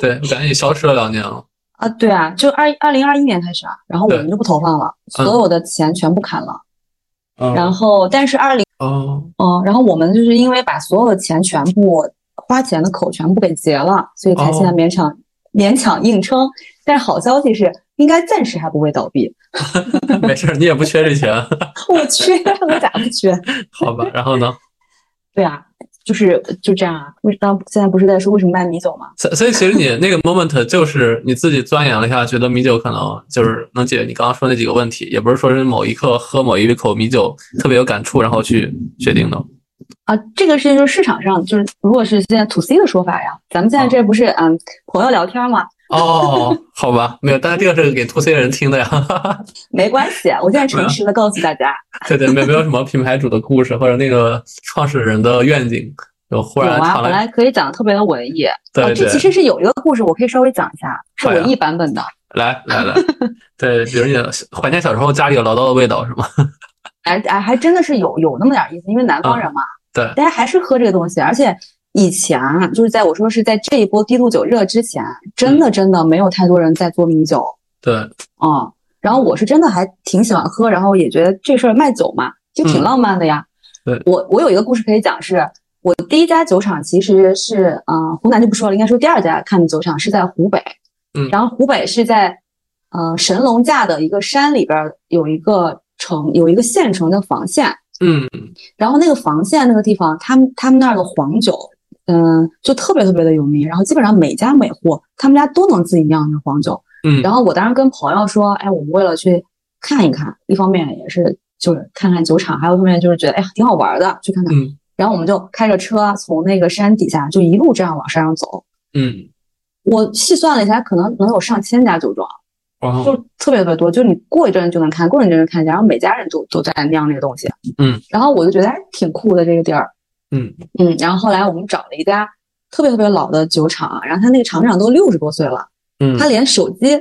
对，我感觉你消失了两年了。啊，对啊，就二二零二一年开始啊，然后我对们就不投放了，所嗯有的钱全部砍了。嗯然后，但是二零，哦，嗯，然后我们就是因为把所有的钱全部花钱的口全部给结了，所以才现在哦勉强、勉强硬撑。但是好消息是，应该暂时还不会倒闭。 没事儿，你也不缺这钱， 我缺，我咋不缺？好吧？然后呢？ 对啊，就是就这样啊。为当现在不是在说为什么卖米酒吗？所所以其实你那个 moment 就是你自己钻研了一下，觉得米酒可能就是能解决你刚刚说那几个问题，也不是说是某一刻喝某一口米酒特别有感触，然后去决定的。啊，这个事情就是市场上，就是如果是现在 to C 的说法呀，咱们现在这不是嗯朋友聊天吗？哦，好吧，没有，但是这个是给 to C 人听的呀。 没关系，啊我现在嗯诚实的告诉大家，对对，没没有什么品牌主的故事或者那个创始人的愿景。就忽有然啊，唱本来可以讲的特别的文艺，对哦这对其实是有一个故事，我可以稍微讲一下，是好呀文艺版本的。来来来，对，比如你的怀念小时候家里有唠叨的味道是吗？哎哎，还真的是有有那么点意思，因为南方人嘛，对大家还是喝这个东西，而且以前啊，就是在我说是在这一波低度酒热之前，啊真嗯的真的没有太多人在做米酒对，啊、嗯然后我是真的还挺喜欢喝，然后也觉得这事儿卖酒嘛，就挺嗯浪漫的呀。对我我有一个故事可以讲是。我第一家酒厂其实是，嗯、湖南就不说了，应该说第二家看的酒厂是在湖北，嗯然后湖北是在，呃，神农架的一个山里边儿有一个城，有一个县城叫房县，嗯，然后那个房县那个地方，他们他们那儿的黄酒，嗯、就特别特别的有名。然后基本上每家每户，他们家都能自己酿那黄酒。嗯然后我当时跟朋友说，哎，我们为了去看一看，一方面也是就是看看酒厂，还有一方面就是觉得哎呀挺好玩的，去看看。嗯然后我们就开着车从那个山底下就一路这样往山上走。嗯，我细算了一下，可能能有上千家酒庄，就哦，特别特别多。就你过一阵就能看，过一阵就看一下，然后每家人都都在酿这个东西。嗯，然后我就觉得哎挺酷的这个地儿。嗯嗯，然后后来我们找了一家特别特别老的酒厂，然后他那个厂长都六十多岁了，嗯他连手机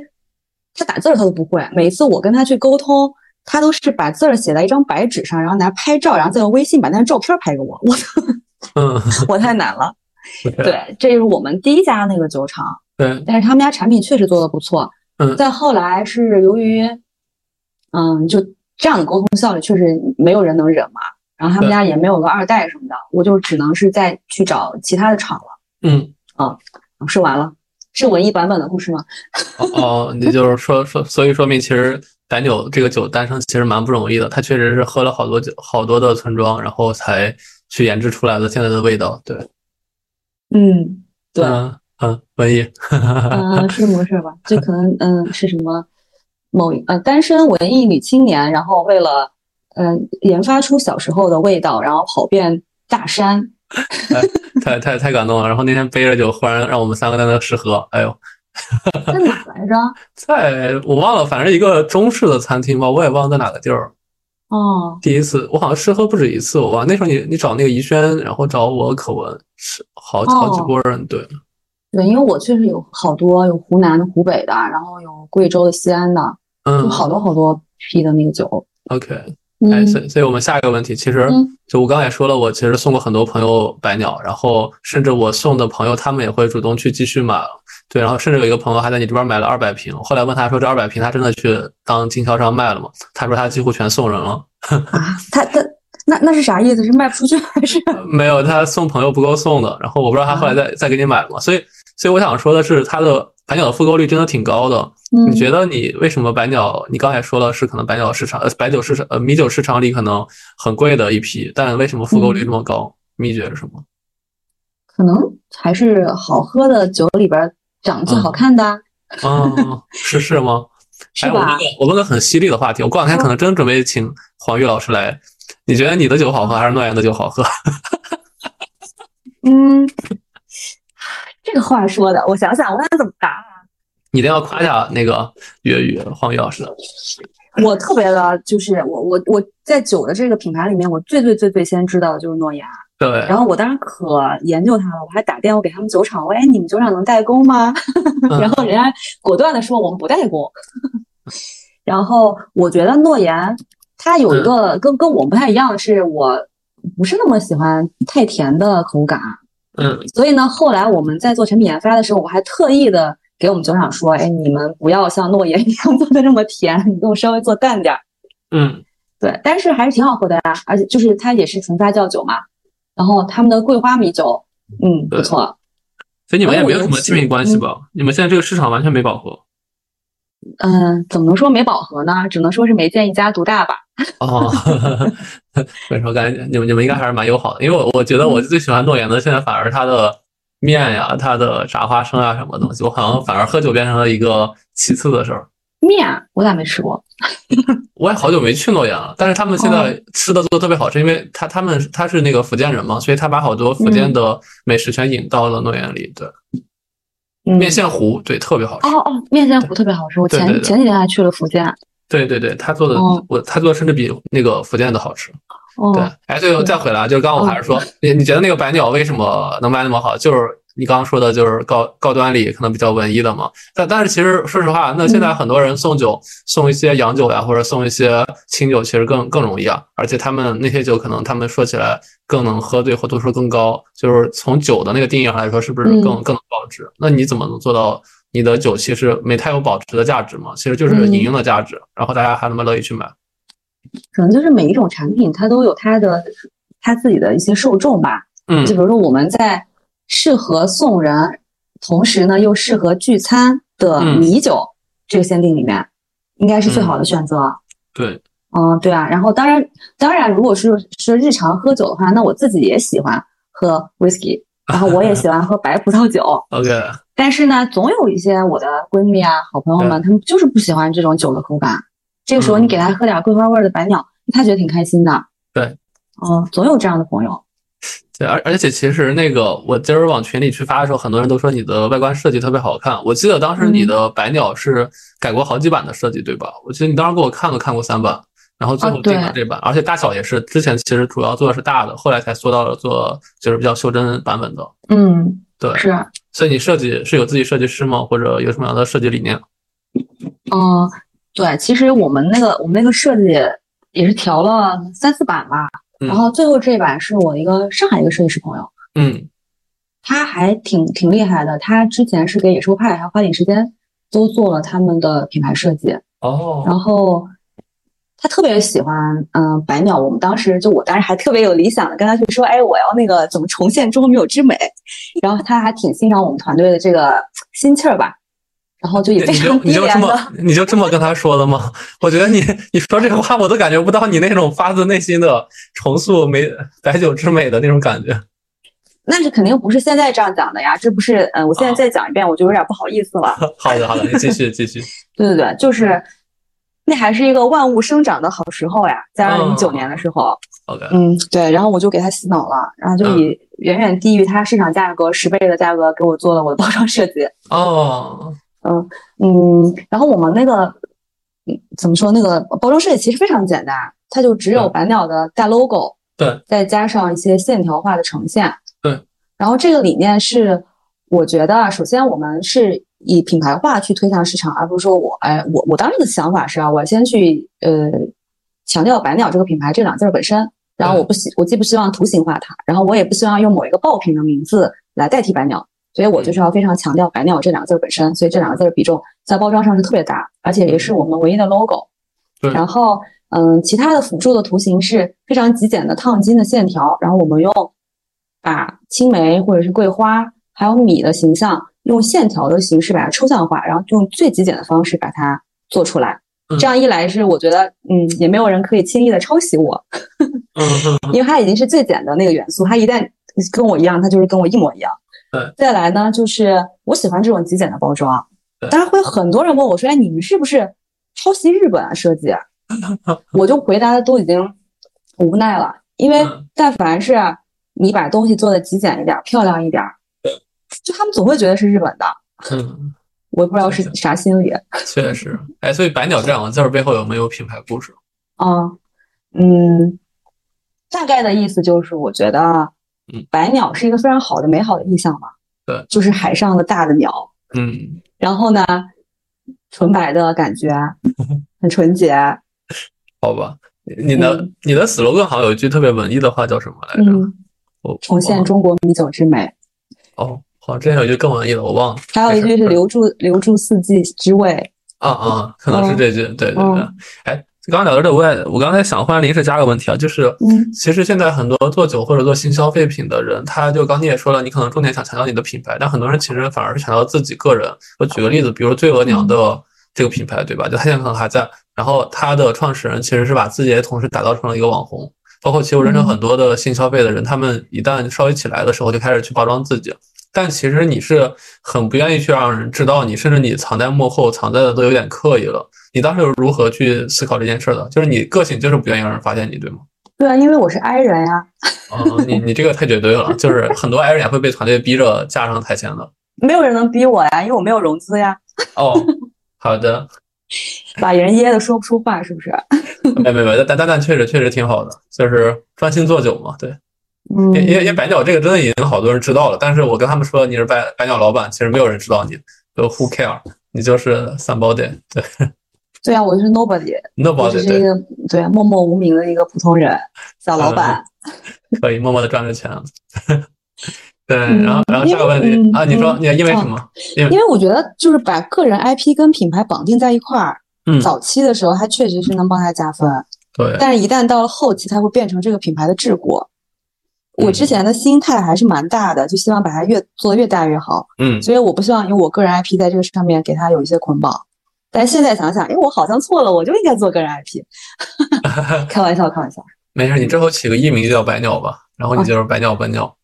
他打字儿他都不会。每次我跟他去沟通，他都是把字儿写在一张白纸上，然后拿拍照，然后再用微信把那张照片拍给我。 我嗯，我太难了。对，这就是我们第一家那个酒厂，对，但是他们家产品确实做的不错。嗯再后来是由于，嗯，就这样的沟通效率确实没有人能忍嘛。然后他们对家也没有个二代什么的，我就只能是再去找其他的厂了。嗯，是完了，是文艺版本的故事吗？哦，你就是说说，所以说明其实白酒这个酒诞生其实蛮不容易的，它确实是喝了好多酒、好多的村庄，然后才去研制出来的现在的味道。对，嗯，对，嗯嗯，文艺， 嗯、是这么回事吧？就可能，嗯，是什么某一呃单身文艺女青年，然后为了呃研发出小时候的味道，然后跑遍大山，嗯太太太感动了。然后那天背着酒，忽然让我们三个在那试喝，哎呦，在哪儿来着？在我忘了，反正一个中式的餐厅吧，我也忘了在哪个地儿。哦，第一次，我好像试喝不止一次，我忘了。那时候你你找那个怡轩，然后找我可文，是好好几哦波人，对，对，因为我确实有好多有湖南的、湖北的，然后有贵州的、西安的，嗯就，哦好多好多批的那个酒。 ，OK。哎，嗯所以所以我们下一个问题，其实嗯就我刚才也说了，我其实送过很多朋友白鸟，然后甚至我送的朋友他们也会主动去继续买，对，然后甚至有一个朋友还在你这边买了二百瓶，后来问他说这二百瓶他真的去当经销商卖了吗？他说他几乎全送人了， 啊，他他那那是啥意思？是卖不出去还是？没有，他送朋友不够送的，然后我不知道他后来嗯再再给你买了吗？所以所以我想说的是，他的白鸟的复购率真的挺高的，嗯，你觉得你为什么白鸟？你刚才说了是可能白鸟市场、呃白酒市场、呃米酒市场里可能很贵的一批，但为什么复购率嗯这么高？秘诀是什 么？可能还是好喝的酒里边儿长得最好看的啊，啊，是是吗？是嗯哎，我问吧嗯个？我问个很犀利的话题，我过两天可能真准备请黄玉老师来。你觉得你的酒好喝还是诺言的酒好喝？ 嗯，这个话说的，我想想，我该怎么答啊？你一定要夸下那个粤语黄玉老师的。我特别的，就是我我我在酒的这个品牌里面，我最最最最先知道的就是诺亚。对，然后我当时可研究它了，我还打电话给他们酒厂，我说：“哎，你们酒厂能代工吗？” 嗯然后人家果断的说：“我们不代工。” 然后我觉得诺言它嗯有一个跟跟我们不太一样，是我不是那么喜欢太甜的口感，啊嗯所以呢，后来我们在做产品研发的时候，我还特意的给我们酒厂说：“哎，你们不要像诺言一样 做的这么甜，你给我稍微做淡点儿。”嗯对，但是还是挺好喝的呀、而且就是它也是纯发酵酒嘛，然后他们的桂花米酒，嗯，不对错，所以你们哎也没我嗯有什也么是亲密关系吧？你们现在这个市场完全没饱和。嗯、怎么能说没饱和呢？只能说是没见一家独大吧。哦， 所以说感觉你们你们应该还是蛮友好的，因为我我觉嗯得我最喜欢诺言的，现在反而它的面呀、它的炸花生啊什么东西，我好像反而喝酒变成了一个其次的事儿。面我咋没吃过？我也好久没去诺言了，但是他们现哦在吃的做的特别好吃，因为他他们他是那个福建人嘛，所以他把好多福建的美食全引到了诺言里。对，嗯，面线糊，对，特别好吃哦。哦，面线糊特别好吃，我对前对对前几天还去了福建。对对对，他做的哦我他做的甚至比那个福建的好吃。哦，对，哎，最后再回来，就是刚刚我还是说，你你觉得那个白鸟为什么能卖那么好？就是你刚刚说的，就是高高端里可能比较文艺的嘛。但但是其实说实话，那现嗯在很多人送酒，送一些洋酒呀，或者送一些清酒，其实更更容易啊。而且他们那些酒，可能他们说起来更能喝醉，或度数更高。就是从酒的那个定义上来说，是不是更嗯更能保值？那你怎么能做到？你的酒其实没太有保值的价值嘛，其实嗯就是饮用的价值，然后大家还那么乐意去买。可能就是每一种产品它都有它的它自己的一些受众吧。嗯就比如说我们在适合送人，同时呢又适合聚餐的嗯米酒、这个限定里面，应该是最好的选择。对，嗯，对啊。然后当然，当然，如果是是日常喝酒的话，那我自己也喜欢喝 whisky，然后我也喜欢喝白葡萄酒。 OK，但是呢，总有一些我的闺蜜啊、好朋友们，她们就是不喜欢这种酒的口感。这个时候，嗯你给她喝点桂花味儿的白鸟，她觉得挺开心的。对，嗯，总有这样的朋友。对，而而且其实那个我今儿往群里去发的时候，很多人都说你的外观设计特别好看。我记得当时你嗯的白鸟是改过好几版的设计，对吧？我记得你当时给我看都看过三版，然后最啊后定了对这版，而且大小也是之前其实主要做的是大的，后来才缩到了做就是比较袖珍版本的。嗯，对，是，所以你设计是有自己设计师吗？或者有什么样的设计理念？嗯，对，其实我们那个我们那个设计也是调了三四版吧，嗯然后最后这一版是我一个上海一个设计师朋友，嗯他还挺挺厉害的，他之前是给野兽派还有花点时间都做了他们的品牌设计，哦，然后他特别喜欢嗯、呃白鸟，我们当时就我当时还特别有理想的跟他去说，哎，我要那个怎么重现中国没有之美，然后他还挺欣赏我们团队的这个心气儿吧，然后就也非哎你就常你低就这廉的。么你就这么跟他说的吗？ 我觉得你你说这个话，我都感觉不到你那种发自内心的重塑美白酒之美的那种感觉。 那是肯定不是现在这样讲的呀，这不是，嗯，我现在再讲一遍，我就有点不好意思了。好的，好的，你继续继续。对对对，就是，那还是一个万物生长的好时候呀，在二零一九年的时候， OK，嗯，对，然后我就给他洗脑了，然后就以远远低于它市场价格十倍的价格给我做了我的包装设计，哦，嗯，然后我们那个，嗯，怎么说那个包装设计其实非常简单，它就只有嗯白鸟的大 logo，对，再加上一些线条化的呈现，对。然后这个理念是，我觉得啊首先我们是以品牌化去推向市场，而不是说我哎我我当时的想法是啊，我先去呃强调白鸟这个品牌这两个字儿本身，然后我不希我既不希望图形化它，然后我也不希望用某一个爆品的名字来代替白鸟。所以我嗯就是要非常强调“白鸟”这两个字儿本身，所以这两个字儿比重在包装上是特别大，而且也是我们唯一的 logo。嗯对然后，嗯，其他的辅助的图形是非常极简的烫金的线条，然后我们用把青梅或者是桂花还有米的形象，用线条的形式把它抽象化，然后用最极简的方式把它做出来嗯。这样一来是我觉得，嗯，也没有人可以轻易的抄袭我，嗯嗯因为它已经是最简的那个元素，它一旦跟我一样，它就是跟我一模一样。对，再来呢，就是我喜欢这种极简的包装对。当然会有很多人问我说：“哎，你们是不是抄袭日本啊设 计啊？”我就回答的都已经无奈了，因为嗯但凡是你把东西做的极简一点、漂亮一点，就他们总会觉得是日本的。嗯，我也不知道是是啥心理。确实。哎，所以“白鸟”这两个字儿背后有没有品牌故事？啊，嗯，大概的意思就是，我觉得嗯白鸟是一个非常好的、美好的意象嘛。对，就是海上的大的鸟，嗯，然后呢，纯白的感 觉，很纯洁。哎好吧。你的嗯你的 slogan 好像有一句特别文艺的话叫什么来着？嗯，我重现中国米酒之美。哦，好，之前有一句更文艺的，我忘了。还有一句 是留住留住四季之味。啊啊，可能是这句，对对对嗯。哎，刚刚聊到这，我也我刚才想忽然临时加个问题啊，就是嗯其实现在很多做酒或者做新消费品的人，他就刚你也说了，你可能重点想强调你的品牌，但很多人其实反而是强调自己个人。我举个例子，比如醉额娘嗯的这个品牌，对吧？就它现在可能还在，然后它的创始人其实是把自己也同时打造成了一个网红。包括其实我认识很多的新消费的人，他们一旦稍微起来的时候，就开始去包装自己。但其实你是很不愿意去让人知道你，甚至你藏在幕后，藏在的都有点刻意了。你当时有如何去思考这件事儿的？就是你个性就是不愿意让人发现你，对吗？对啊，因为我是 i 人呀，哦， 你你这个太绝对了，就是很多 i 人也会被团队逼着架上台前的。没有人能逼我呀，因为我没有融资呀， 哦，好的，把人噎得说不出话，是不是？没没没，但但但确实确实挺好的，就是专心做酒嘛。对，嗯因因为因为白鸟这个真的已经好多人知道了，但是我跟他们说你是白白鸟老板，其实没有人知道你，就 who care，你就是 somebody，对 对啊，我是 nobody，我只 nobody，是一对，个对啊默默无名的一个普通人，小老 板。可以默默的赚着钱。 对，嗯然后然后因下个问为题嗯啊，你说嗯你因为什么？因 因为为我觉得就是把个人 IP 跟品牌绑定在一块儿，嗯，早期的时候它确实是能帮他加分，对，但是一旦到了后期，它会变成这个品牌的桎梏。我嗯之前的心态还是蛮大的，就希望把它越做得越大越好，嗯所以我不希望因为我个人 IP 在这个上面给它有一些捆绑。但现在想想，哎，我好像错了，我就应该做个人 IP。开玩笑，开玩笑。没事，你之后起个艺名就叫白鸟吧，然哦后你就是白鸟白鸟。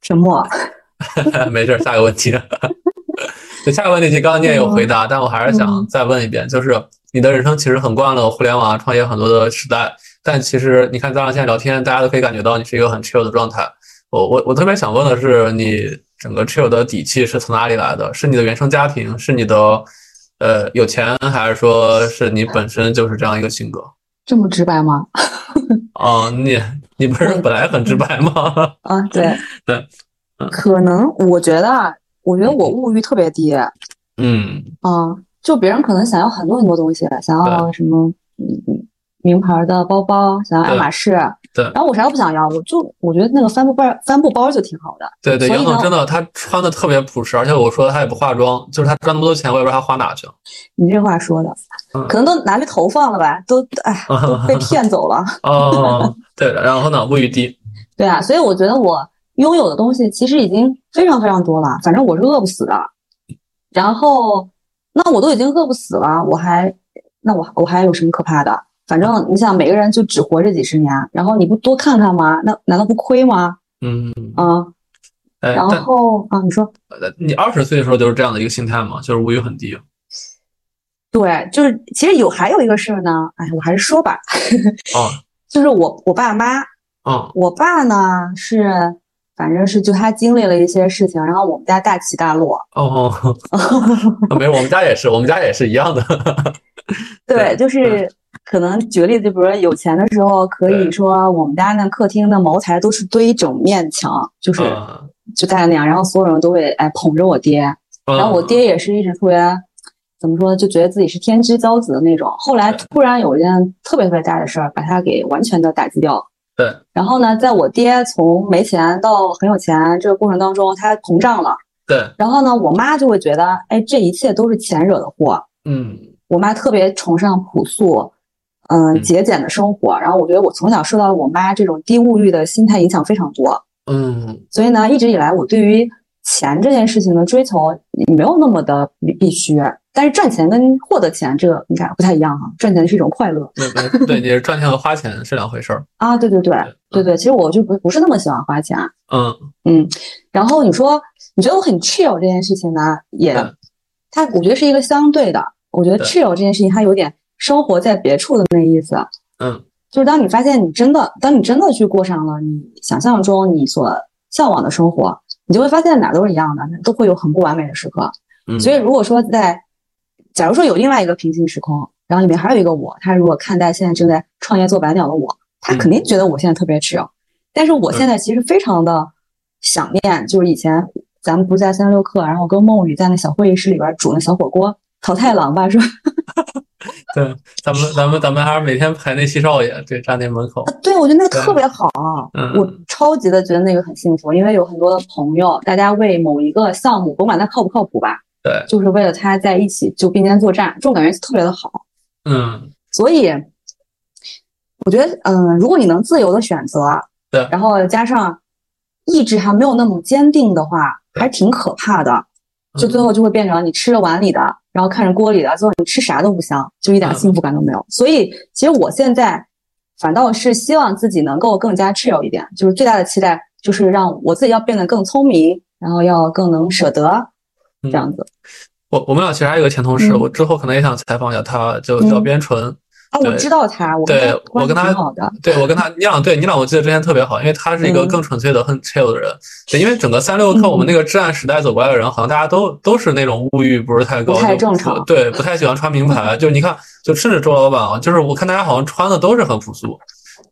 沉默。 没事儿，下个问题。对，下个问题其实刚刚你也有回答，但我还是想嗯再问一遍，就是你的人生其实很惯了互联网啊创业很多的时代，但其实你看咱俩现在聊天，大家都可以感觉到你是一个很 chill 的状态。我我我特别想问的是，你整个 chill 的底气是从哪里来的？是你的原生家庭，是你的呃有钱，还是说是你本身就是这样一个性格？这么直白吗？哦，你你不是本来很直白吗？ 啊，对对，嗯可能我觉得，啊，我觉得我物欲特别低啊、嗯就别人可能想要很多很多东西，想要什么嗯名牌的包包，想要爱马仕，对然后我啥都不想要，我就我觉得那个帆布包帆布包就挺好的，对对，所以杨总呢真的，他穿的特别朴实，而且我说他也不化妆，就是他赚那么多钱，我也不知道他花哪 去了。你这话说的嗯，可能都拿去投放了吧，都哎都被骗走了，哦， 对，然后呢，物欲低，对啊，所以我觉得我拥有的东西其实已经非常非常多了，反正我是饿不死的。然后，那我都已经饿不死了，我还，那我我还有什么可怕的？反正你想，每个人就只活这几十年，然后你不多看看吗？那难道不亏吗？嗯，啊、哎，然但后啊，你说呃你二十岁的时候就是这样的一个心态嘛，就是物欲很低。啊对，就是其实有还有一个事儿呢，哎，我还是说吧，哦， 就是我我爸妈， 嗯我爸呢是，反正是就他经历了一些事情，然后我们家大起大落，哦，没有，我们家也是，我们家也是一样的。对对，嗯就是可能举个例子，比如说有钱的时候，可以对说我们家那客厅的茅台都是堆一整面墙，就是嗯，就大概那样，然后所有人都会哎捧着我爹，嗯然后我爹也是一直特别怎么说，就觉得自己是天之骄子的那种。后来对突然有一件特别特别大的事儿，把他给完全的打击掉。对，然后呢，在我爹从没钱到很有钱这个过程当中，他膨胀了。对，然后呢，我妈就会觉得，哎，这一切都是钱惹的祸。嗯我妈特别崇尚朴素，嗯嗯，节俭的生活。然后我觉得我从小受到了我妈这种低物欲的心态影响非常多，嗯所以呢，一直以来我对于钱这件事情的追求没有那么的必必须。但是赚钱跟获得钱这个应该不太一样哈、赚钱是一种快乐没没，对，你是赚钱和花钱是两回事儿。啊，对对对 对对，其实我就不不是那么喜欢花钱，嗯嗯。然后你说你觉得我很 chill 这件事情呢，也对它我觉得是一个相嗯对的，我觉得对 chill 这件事情它有点生活在别处的那意思。嗯就是当你发现你真的，当你真的去过上了你想象中你所向往的生活，你就会发现哪都是一样的，都会有很不完美的时刻。嗯，所以，如果说在，假如说有另外一个平行时空，然后里面还有一个我，他如果看待现在正在创业做白鸟的我，他肯定觉得我现在特别 chill，但是我现在其实非常的想念，就是以前咱们不是在三十六课，然后我跟梦雨在那小会议室里边煮那小火锅，淘太郎吧， 说对，咱们咱们咱们还是每天排那七少爷，对，站那门口。对，我觉得那个特别好，嗯我超级的觉得那个很幸福，因为有很多的朋友，大家为某一个项目，甭管它靠不靠谱吧，对，就是为了它在一起就并肩作战，这种感觉特别的好。嗯所以，我觉得，嗯、如果你能自由的选择，对然后加上意志还没有那么坚定的话，还挺可怕的。嗯就最后就会变成你吃着碗里的，然后看着锅里的，最后你吃啥都不香，就一点嗯幸福感都没有。所以其实我现在反倒是希望自己能够更加 chill 一点，就是最大的期待就是让我自己要变得更聪明，然后要更能舍得这这样子。我我们俩其实还有一个前同事，嗯我之后可能也想采访一下他，就叫嗯边纯。啊，我知道他，我对我跟他他挺好的，对我跟他，你俩对你俩，我记得之前特别好，因为他是一个嗯更纯粹的、很 chill 的人。对，因为整个三六课，嗯我们那个至暗时代走过来的人，好像大家都都是那种物欲不是太高，不太就正常对，不太喜欢穿名牌。就你看，就甚至周老板啊，就是我看大家好像穿的都是很朴素。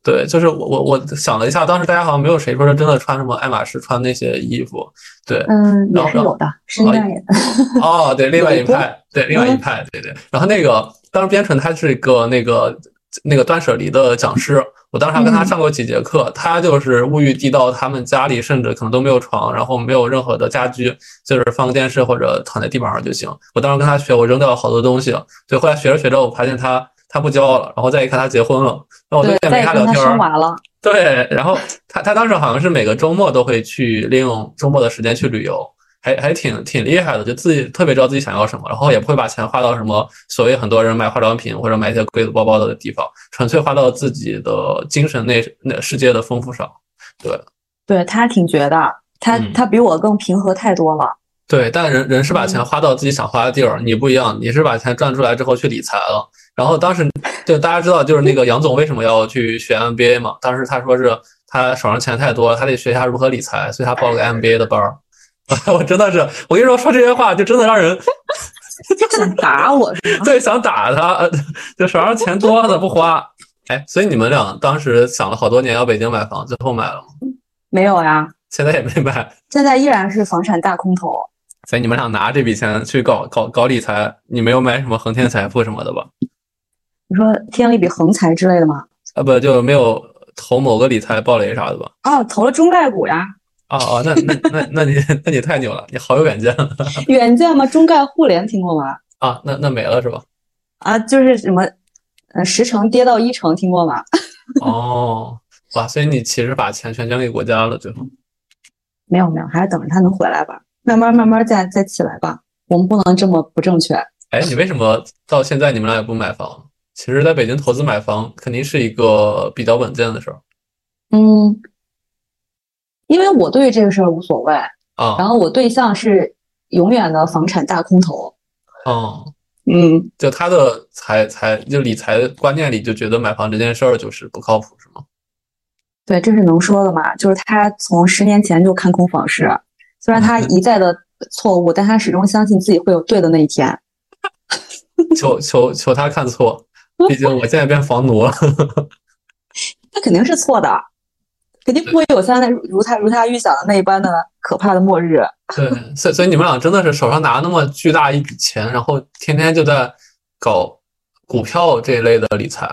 对，就是我我我想了一下，当时大家好像没有谁说是真的穿什么爱马仕穿那些衣服。对，嗯，也是然后有的，是那也哦，对，另外一有一派，对，另外一派，对对。然后那个当时边纯他是一个那个那个断舍离的讲师，我当时还跟嗯他上过几节课，他就是物欲低到他们家里甚至可能都没有床，然后没有任何的家居，就是放个电视或者躺在地板上就行。我当时跟他学，我扔掉了好多东西，对，后来学着学着，我发现他他不交了，然后再一看他结婚了，然后我就对再，再也也没跟他跟聊他天儿生。娃了，对，然后他他当时好像是每个周末都会去利用周末的时间去旅游，还还挺挺厉害的，就自己特别知道自己想要什么，然后也不会把钱花到什么所谓很多人买化妆品或者买一些贵的包包的地方，纯粹花到自己的精神内那世界的丰富上。对他挺绝的，他嗯他比我更平和太多了，对，但人人是把钱嗯花到自己想花的地儿，你不一样，你是把钱赚出来之后去理财了。然后当时就大家知道，就是那个杨总为什么要去学 MBA 嘛？当时他说是他手上钱太多了，他得学一下如何理财，所以他报了个 MBA 的班儿。 我真的是，我跟你说说这些话，就真的让 人想打我是吗？对想打他， 呃就手上钱多了不花。哎，所以你们俩当时想了好多年要北京买房，最后买了吗？ 没有呀，现在也没买，现在依然是房产大空头。 所以你们俩拿这笔钱去搞搞搞理财，你没有买什么恒天财富什么的吧？你说天理比横财之类的吗？啊，不就没有投某个理财暴雷啥的吧？哦，投了中概股 呀，啊啊，那那那那你那你太牛了，你好有远见远见嘛，中概互联听过吗？啊！那那没了是吧？啊，就是什么，呃，十成跌到一成，听过吗？ 哦，哇，所以你其实把钱全捐给国家了，最后没有没有，还是等着它能回来吧，慢慢慢慢再再起来吧。我们不能这么不正确。哎，你为什么到现在你们俩也不买房？其实，在北京投资买房肯定是一个比较稳健的事儿嗯，因为我对这个事儿无所谓，然啊。后我对象是永远的房产大空头。嗯，嗯，就他的财财就理财的观念里就觉得买房这件事儿就是不靠谱，是吗？对，这是能说的吗？就是他从十年前就看空房市，虽然他一再的错误，但他始终相信自己会有对的那一天。求求求他看错，毕竟我现在变房奴了。他肯定是错的，肯定不会有现在如他如他预想的那一般的可怕的末日。对，所以所以你们俩真的是手上拿那么巨大一笔钱，然后天天就在搞股票这一类的理财，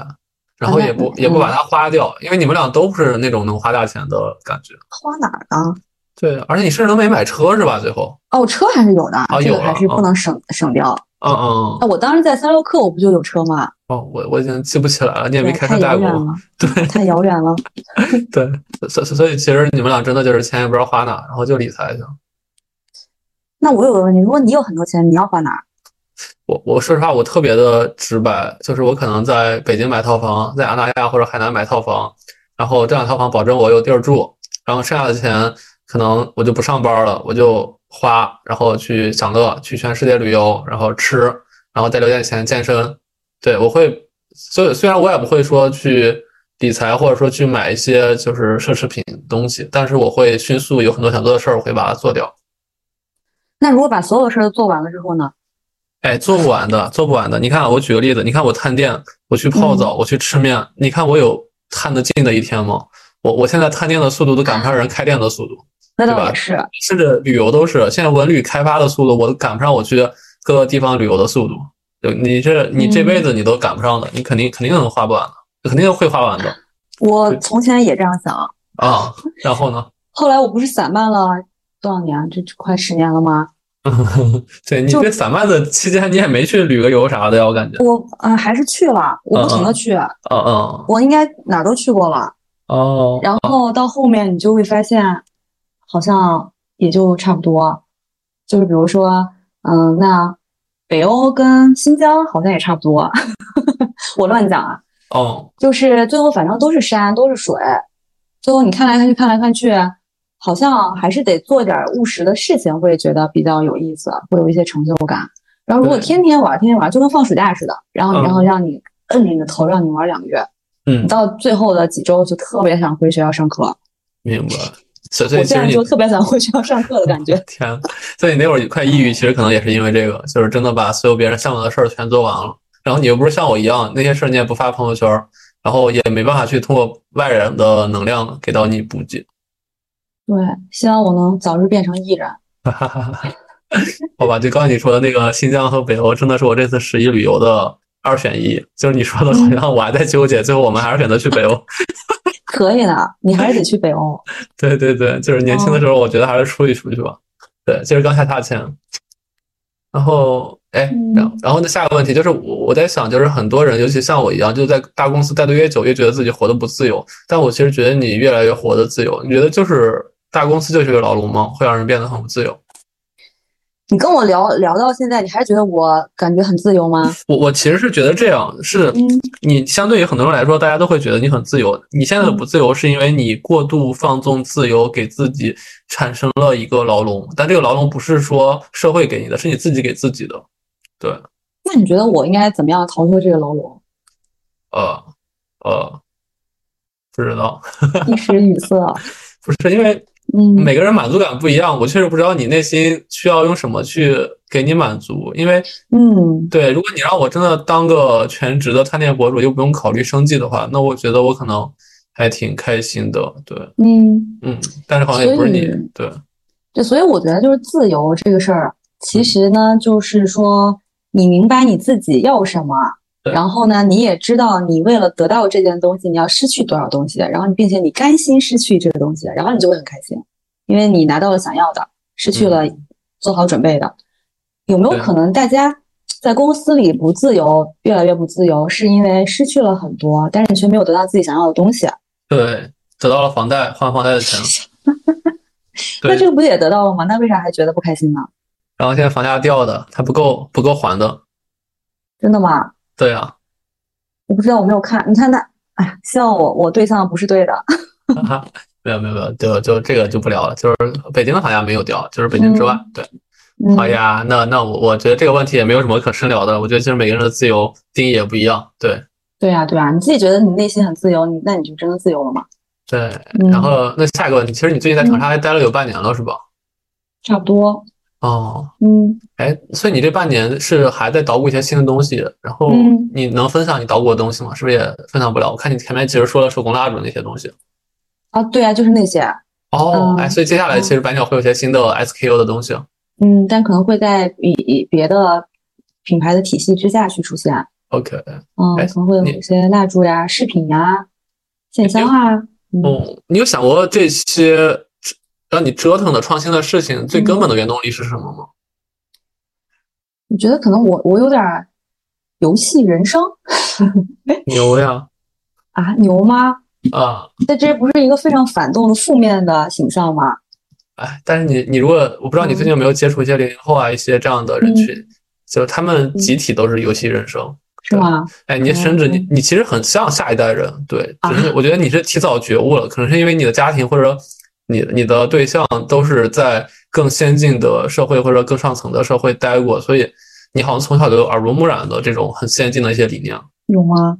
然后也不嗯也不把它花掉，因为你们俩都不是那种能花大钱的感觉。花哪儿呢？对，而且你甚至都没买车是吧？最后，哦，车还是有的，啊这有个了还是不能省、省掉。嗯嗯，那我当时在三六课，我不就有车吗？哦，我我已经记不起来了，你也没对，开太车带遥过远我。了，太遥远了。对，所所所以其实你们俩真的就是钱也不知道花哪，然后就理财去了。那我有个问题，如果你有很多钱，你要花哪儿？我我说实话，我特别的直白，就是我可能在北京买套房，在澳大利亚或者海南买套房，然后这两套房保证我有地儿住，然后剩下的钱可能我就不上班了，我就花，然后去享乐，去全世界旅游，然后吃，然后再留点钱健身。对，我会，所以虽然我也不会说去理财或者说去买一些就是奢侈品东西，但是我会迅速有很多想做的事儿，我会把它做掉。那如果把所有事儿都做完了之后呢？哎，做不完的，做不完的。你看，我举个例子，你看我探店，我嗯去泡澡，我去吃面，你看我有探得进的一天吗？我我现在探店的速度都赶不上人开店的速度，那对倒吧也是，甚至旅游都是，现在文旅开发的速度，我都赶不上我去各个地方旅游的速度。就你这你嗯这辈子你都赶不上的，你肯定肯定能花不完的，肯定会花完的我从前也这样想，啊。然后呢，后来我不是散漫了多少年？这这快十年了吗？对你就这散漫的期间，你也没去旅个游啥的呀，我感觉。我嗯、呃还是去了，我不停嗯的嗯去，嗯嗯我应该哪儿都去过了。哦，然后到后面你就会发现，好像也就差不多，就是比如说，嗯，那北欧跟新疆好像也差不多， 我乱讲啊，哦就是最后反正都是山，都是水，最后你看来看去，看来看去，好像还是得做点务实的事情，会觉得比较有意思，会有一些成就感。然后如果对天天玩，天天玩，就跟放暑假似的，然后你嗯然后让你摁着你的头让你玩两个月，嗯你，到最后的几周就特别想回学校上课。明白。所以所我以其这实样你就特别想回学校上课的感 觉。天，啊所以你那会儿快抑郁，其实可能也是因为这个，就是真的把所有别人向往的事儿全做完了，然后你又不是像我一样，那些事儿你也不发朋友圈儿，然后也没办法去通过外人的能量给到你补给。对，希望我能早日变成艺人。好吧，就刚才你说的那个新疆和北欧，真的是我这次十一旅游的二选一，就是你说的，好像我还在纠结，最后我们还是选择去北欧。可以的，你还是得去北欧。对对对，就是年轻的时候，我觉得还是出去出去吧。对，就是刚下大钱。然后，哎，然后嗯然后呢？下一个问题就是我，我在想，就是很多人，尤其像我一样，就在大公司待得越久，越觉得自己活得不自由。但我其实觉得你越来越活得自由。你觉得就是大公司就是个牢笼吗？会让人变得很不自由？你跟我聊聊到现在，你还觉得我感觉很自由 吗？我我其实是觉得这样，是嗯你相对于很多人来说，大家都会觉得你很自由。你现在的不自由，是因为你过度放纵自由，给自己产生了一个牢笼。但这个牢笼不是说社会给你的，是你自己给自己的。对，那你觉得我应该怎么样逃脱这个牢笼？呃，呃，不知道，一时语塞。啊不是因为嗯，每个人满足感不一样，我确实不知道你内心需要用什么去给你满足，因为。嗯，对，如果你让我真的当个全职的探店博主，又不用考虑生计的话，那我觉得我可能还挺开心的。对，嗯，嗯，但是好像也不是你所以，对，对，所以我觉得就是自由这个事儿，啊嗯其实呢，就是说你明白你自己要什么，对然后呢，你也知道你为了得到这件东西，你要失去多少东西，然后你并且你甘心失去这个东西，然后你就会很开心，因为你拿到了想要的，失去了做好准备的。有没有嗯对可能大家在公司里不自由，越来越不自由，是因为失去了很多，但是你却没有得到自己想要的东西？啊对，得到了房贷，还房贷的钱，那对这，个不也得到了吗？那为啥还觉得不开心呢？然后现在房价掉的，它不够不够还的，真的吗？对啊， 我不知道，我没有看。你看他，哎呀，希望我我对象不是对的。哈哈，没有没有没有，就就这个就不聊了，就是北京的房价没有掉，就是北京之外，对。嗯，好呀，那那我我觉得这个问题也没有什么可深聊的，我觉得其实每个人的自由定义也不一样，对对呀、对呀、啊你自己觉得你内心很自由，你那你就真的自由了嘛？对。嗯，然后那下一个问题，其实你最近在长沙还待了有半年了，是吧？差不多，哦，嗯哎，所以你这半年是还在捣鼓一些新的东西，然后嗯你能分享你捣鼓的东西吗？是不是也分享不了？我看你前面其实说了手工蜡烛那些东西。啊，对啊，就是那些，哦嗯，哎，所以接下来其实百鸟会有一些新的 SKU 的东西。啊嗯，但可能会在以以别的品牌的体系之下去出现， OK，嗯，哎可能会有你哎一些蜡烛呀、饰品呀、线香啊，嗯，嗯，你有想过这些让你折腾的创新的事情最根本的原动力是什么吗？我觉得可能我我有点儿游戏人生牛呀！啊，牛吗？啊，但这不是一个非常反动的负面的形象吗？哎，但是你你如果我不知道你最近有没有接触一些零零后啊，一些这样的人群，就是他们集体都是游戏人生。是吗？哎，你甚至你嗯你其实很像下一代人，对，啊只是我觉得你是提早觉悟了，可能是因为你的家庭或者你你的对象都是在更先进的社会或者更上层的社会待过，所以你好像从小就耳濡目染的这种很先进的一些理念，有吗？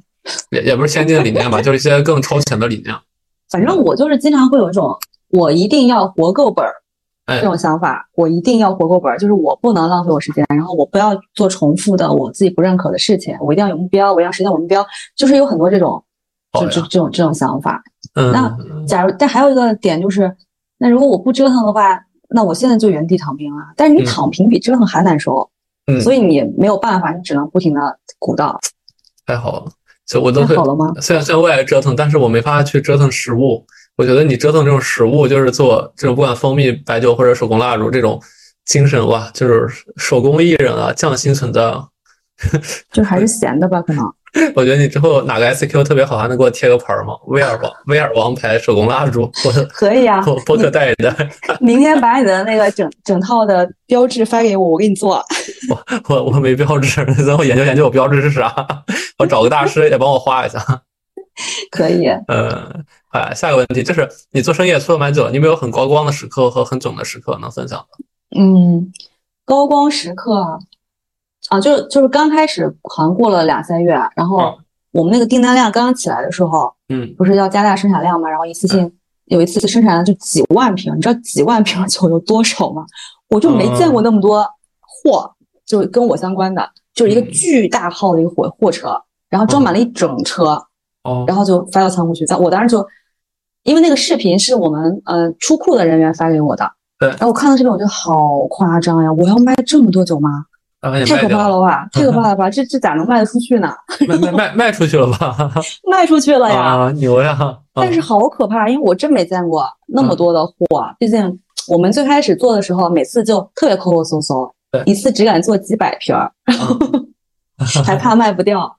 也也不是先进的理念吧，就是一些更超前的理念。反正我就是经常会有一种我一定要活够本儿哎这，种想法，我一定要活够本儿，就是我不能浪费我时间，然后我不要做重复的我自己不认可的事情，我一定要有目标，我要实现我目标，就是有很多这种好就呀这这种这种想法。那嗯，假如但还有一个点就是，那如果我不折腾的话，那我现在就原地躺平啊。但是你嗯躺平比折腾还难受，嗯所以你也没有办法，你只能不停的鼓捣。太好了，就我都太会好了吗？虽然虽然我也折腾，但是我没法去折腾食物。我觉得你折腾这种食物，就是做这种不管蜂蜜白酒或者手工蜡烛这种精神哇，就是手工艺人啊，匠心存在啊。就还是闲的吧，可 能。我觉得你之后哪个 SQ 特别好，还能给我贴个牌儿吗？威尔王威尔王牌手工蜡烛，我的可以啊，我播客代言人，明天把你的那个整整套的标志发给我，我给你 做。我我没标志，然后研究研究我标志是啥，我找个大师也帮我画一下。可以，呃，哎，下一个问题就是你做生意也做了蛮久，你有没有很高光的时刻和很囧的时刻能分享的？嗯，高啊光时刻啊，就是就是刚开始好像过了两三月，然后嗯我们那个订单量刚刚起来的时候，嗯，不是要加大生产量嘛，然后一次性有一次生产了就几万瓶，你知道几万瓶酒有多少吗？我就没见过那么多货，就跟我相关的，就是一个嗯巨大号的一个货货车，然后装满了一整车，哦，然后就发到仓库去。在我当时就，因为那个视频是我们呃出库的人员发给我的，对然后我看到这边我觉得好夸张呀！我要卖这么多酒吗？然后也太卖可掉怕了 吧！太可怕了吧！这这咋能卖得出去呢？卖卖卖卖出去了 吧？卖出去了呀！啊，牛呀！啊但是好可怕，因为我真没见过那么多的货。啊嗯毕竟我们最开始做的时候，每次就特别抠抠搜搜对，嗯一次只敢做几百瓶儿， 还怕卖不 掉。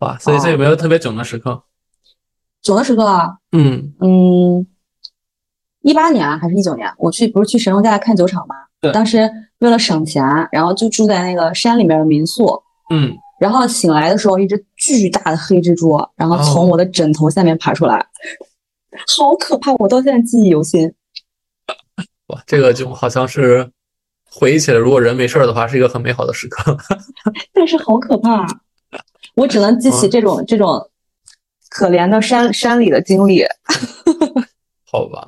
哇，哦所以这有没有特别囧的时刻？九的时刻啊，嗯，嗯，一八年啊还是一九年，我去不是去神农架看酒厂吗对？当时为了省钱，然后就住在那个山里面的民宿。嗯，然后醒来的时候，一只巨大的黑蜘蛛，然哦后从我的枕头下面爬出来，好可怕！我到现在记忆犹新。哇，这个就好像是回忆起来，如果人没事儿的话，是一个很美好的时刻。 但是好可怕，啊我只能记哦起这种、这种可怜的山山里的经历。好吧，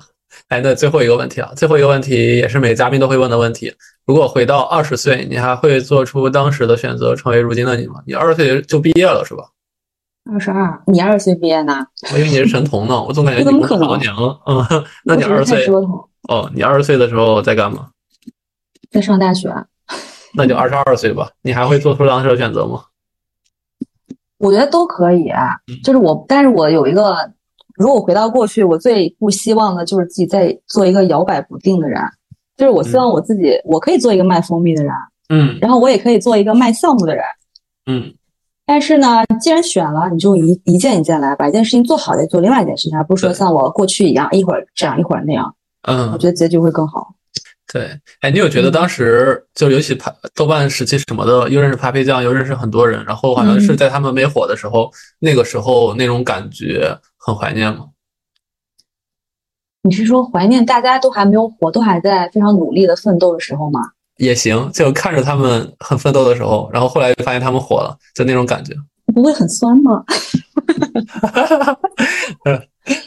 哎，那最后一个问题啊，最后一个问题也是每个嘉宾都会问的问题。如果回到二十岁，你还会做出当时的选择，成为如今的你吗？你二十岁就毕业了是吧？二十二，你二十岁毕业呢？我以为你是神童呢，我总感觉你怎么不是可能老娘了。嗯， 那你我只是二十岁太折腾，哦，你二十岁的时候在干嘛？在上大学，啊那就二十二岁吧。你还会做出当时的选择吗？我觉得都可以。啊嗯就是我，但是我有一个，如果回到过去，我最不希望的就是自己在做一个摇摆不定的人。就是我希望我自己，我可以做一个卖蜂蜜的人，嗯然后我也可以做一个卖项目的人。嗯但是呢，既然选了，你就一一件一件来，把一件事情做好再做另外一件事情，而不是说对像我过去一样，一会儿这样，一会儿那样。我嗯，觉得结局会更好。对。哎，你有觉得嗯当时就尤其啪豆瓣时期什么的，又认识啪皮酱，又认识很多人，然后好像嗯是在他们没火的时候，那个时候那种感觉很怀念吗？你是说怀念大家都还没有火，都还在非常努力的奋斗的时候吗？也行，就看着他们很奋斗的时候，然后后来就发现他们火了，就那种感觉。不会很酸吗？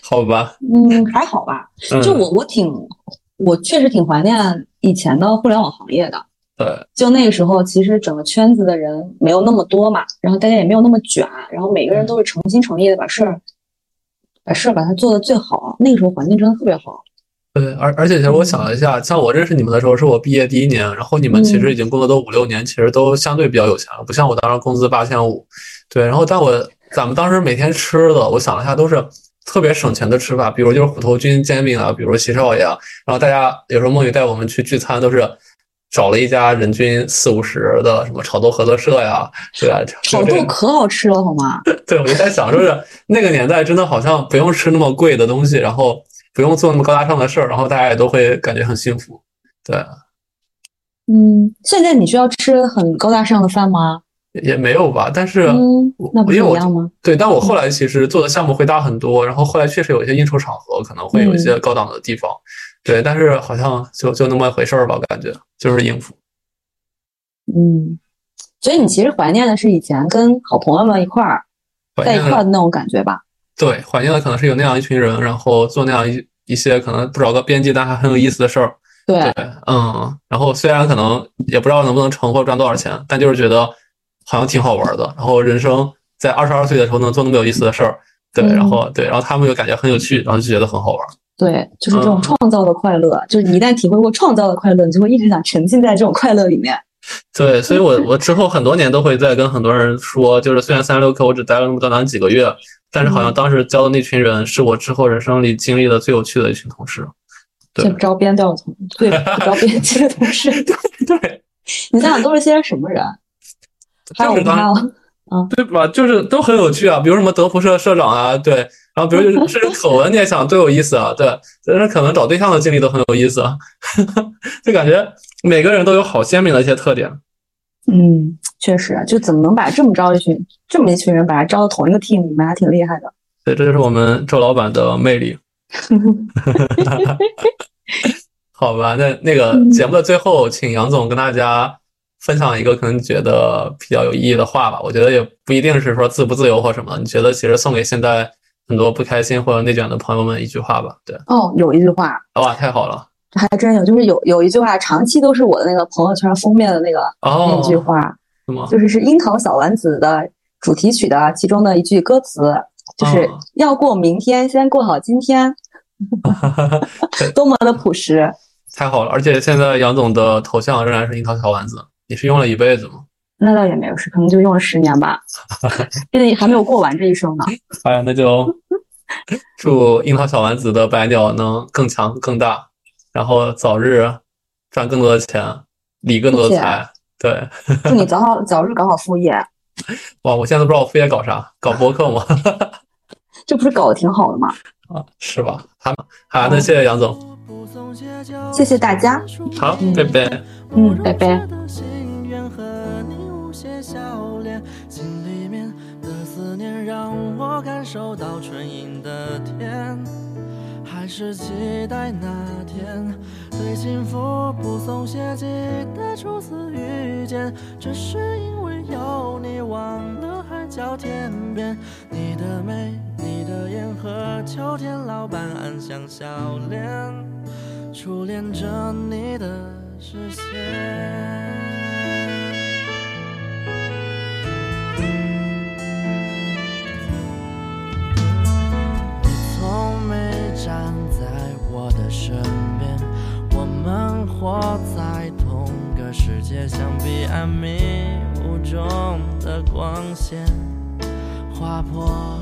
好吧，嗯，还好吧。嗯就我，我挺，我确实挺怀念以前的互联网行业的。对，就那个时候，其实整个圈子的人没有那么多嘛，然后大家也没有那么卷，然后每个人嗯都是诚心诚意的把事儿，把事儿把它做得最好。那个时候环境真的特别好。对，而而且嗯其实我想了一下，像我认识你们的时候，是我毕业第一年，然后你们嗯其实已经工作都五六年，其实都相对比较有钱了，不像我当时工资八千五，对，然后但我咱们当时每天吃的，我想了一下，都是特别省钱的吃法，比如就是虎头菌煎饼啊，比如喜少爷啊，然后大家有时候梦雨带我们去聚餐，都是找了一家人均四五十的什么炒豆合作社呀，对啊，炒就这豆种可好吃了，好 吗？对，我就在想，说是那个年代真的好像不用吃那么贵的东西，然后不用做那么高大上的事儿，然后大家也都会感觉很幸福。对，嗯，现在你需要吃很高大上的饭吗？也没有吧，但是啊嗯我，那不是因为一我样吗？嗯对，但我后来其实做的项目会大很多，然后后来确实有一些应酬场合可能会嗯有一些高档的地方，对，但是好像就就那么回事儿吧，感觉就是应付。嗯，所以你其实怀念的是以前跟好朋友们一块儿怀在一念块儿的那种感觉吧？对，怀念的可能是有那样一群人，然后做那样一一些可能不着个边际但还很有意思的事儿，对，对，嗯，然后虽然可能也不知道能不能成或赚多少钱，但就是觉得好像挺好玩的。然后人生在二十二岁的时候能做那么有意思的事儿，对，嗯然后对，然后他们又感觉很有趣，然后就觉得很好玩。对，就是这种嗯创造的快乐，就是你一旦体会过创造的快乐，你就会一直想沉浸在这种快乐里面。对，所以我我之后很多年都会在跟很多人说，就是虽然三十六课我只待了那么短短几个月，但是好嗯像当时教的那群人是我之后人生里经历的最有趣的一群同事。对最不着边的同，最不着边际的同事， 对，你想想都是些什么人？还有我哦就们是当还有，对吧？就是都很有趣啊，比如什么德福社社长啊，对，然后比如就是甚至口文念想都有意思啊，对，但是可能找对象的经历都很有意思啊， 就感觉每个人都有好鲜明的一些特点。嗯，确实，就怎么能把这么着一群这么一群人把他招到同一个 team 里面，还挺厉害的。对，这就是我们周老板的魅力。好吧，那那个嗯节目的最后，请杨总跟大家分享一个可能觉得比较有意义的话吧。我觉得也不一定是说自不自由或什么，你觉得其实送给现在很多不开心或者内卷的朋友们一句话吧。对，哦，有一句话，哇，太好了，还真有，就是有有一句话，长期都是我的那个朋友圈封面的那个、哦那句话，是吗？就是是《樱桃小丸子》的主题曲的其中的一句歌词，就是哦要过明天，先过好今天，多么的朴实。太好了，而且现在杨总的头像仍然是樱桃小丸子，你是用了一辈子吗？那倒也没有事，可能就用了十年吧，毕竟还没有过完这一生呢。哎呀，那就 祝樱桃小丸子的白鸟能更强更大，然后早日赚更多的钱，理更多的财。对，祝你早好早日搞好副业，哇，我现在都不知道我副业搞啥，搞播客吗？ 这不是搞得挺好的吗？啊，是吧？好，好，啊那谢谢杨总，谢谢大家，好，嗯拜拜。嗯，拜拜。心里面的思念让我感受到春阴的甜，还是期待那天对幸福不松懈，记得初次遇见，只是因为有你忘了海角天边，你的美，你的眼和秋天老板安详笑脸，初恋着你的视线。从没站在我的身边，我们活在同个世界，像彼岸迷雾中的光线，划破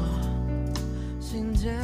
心间。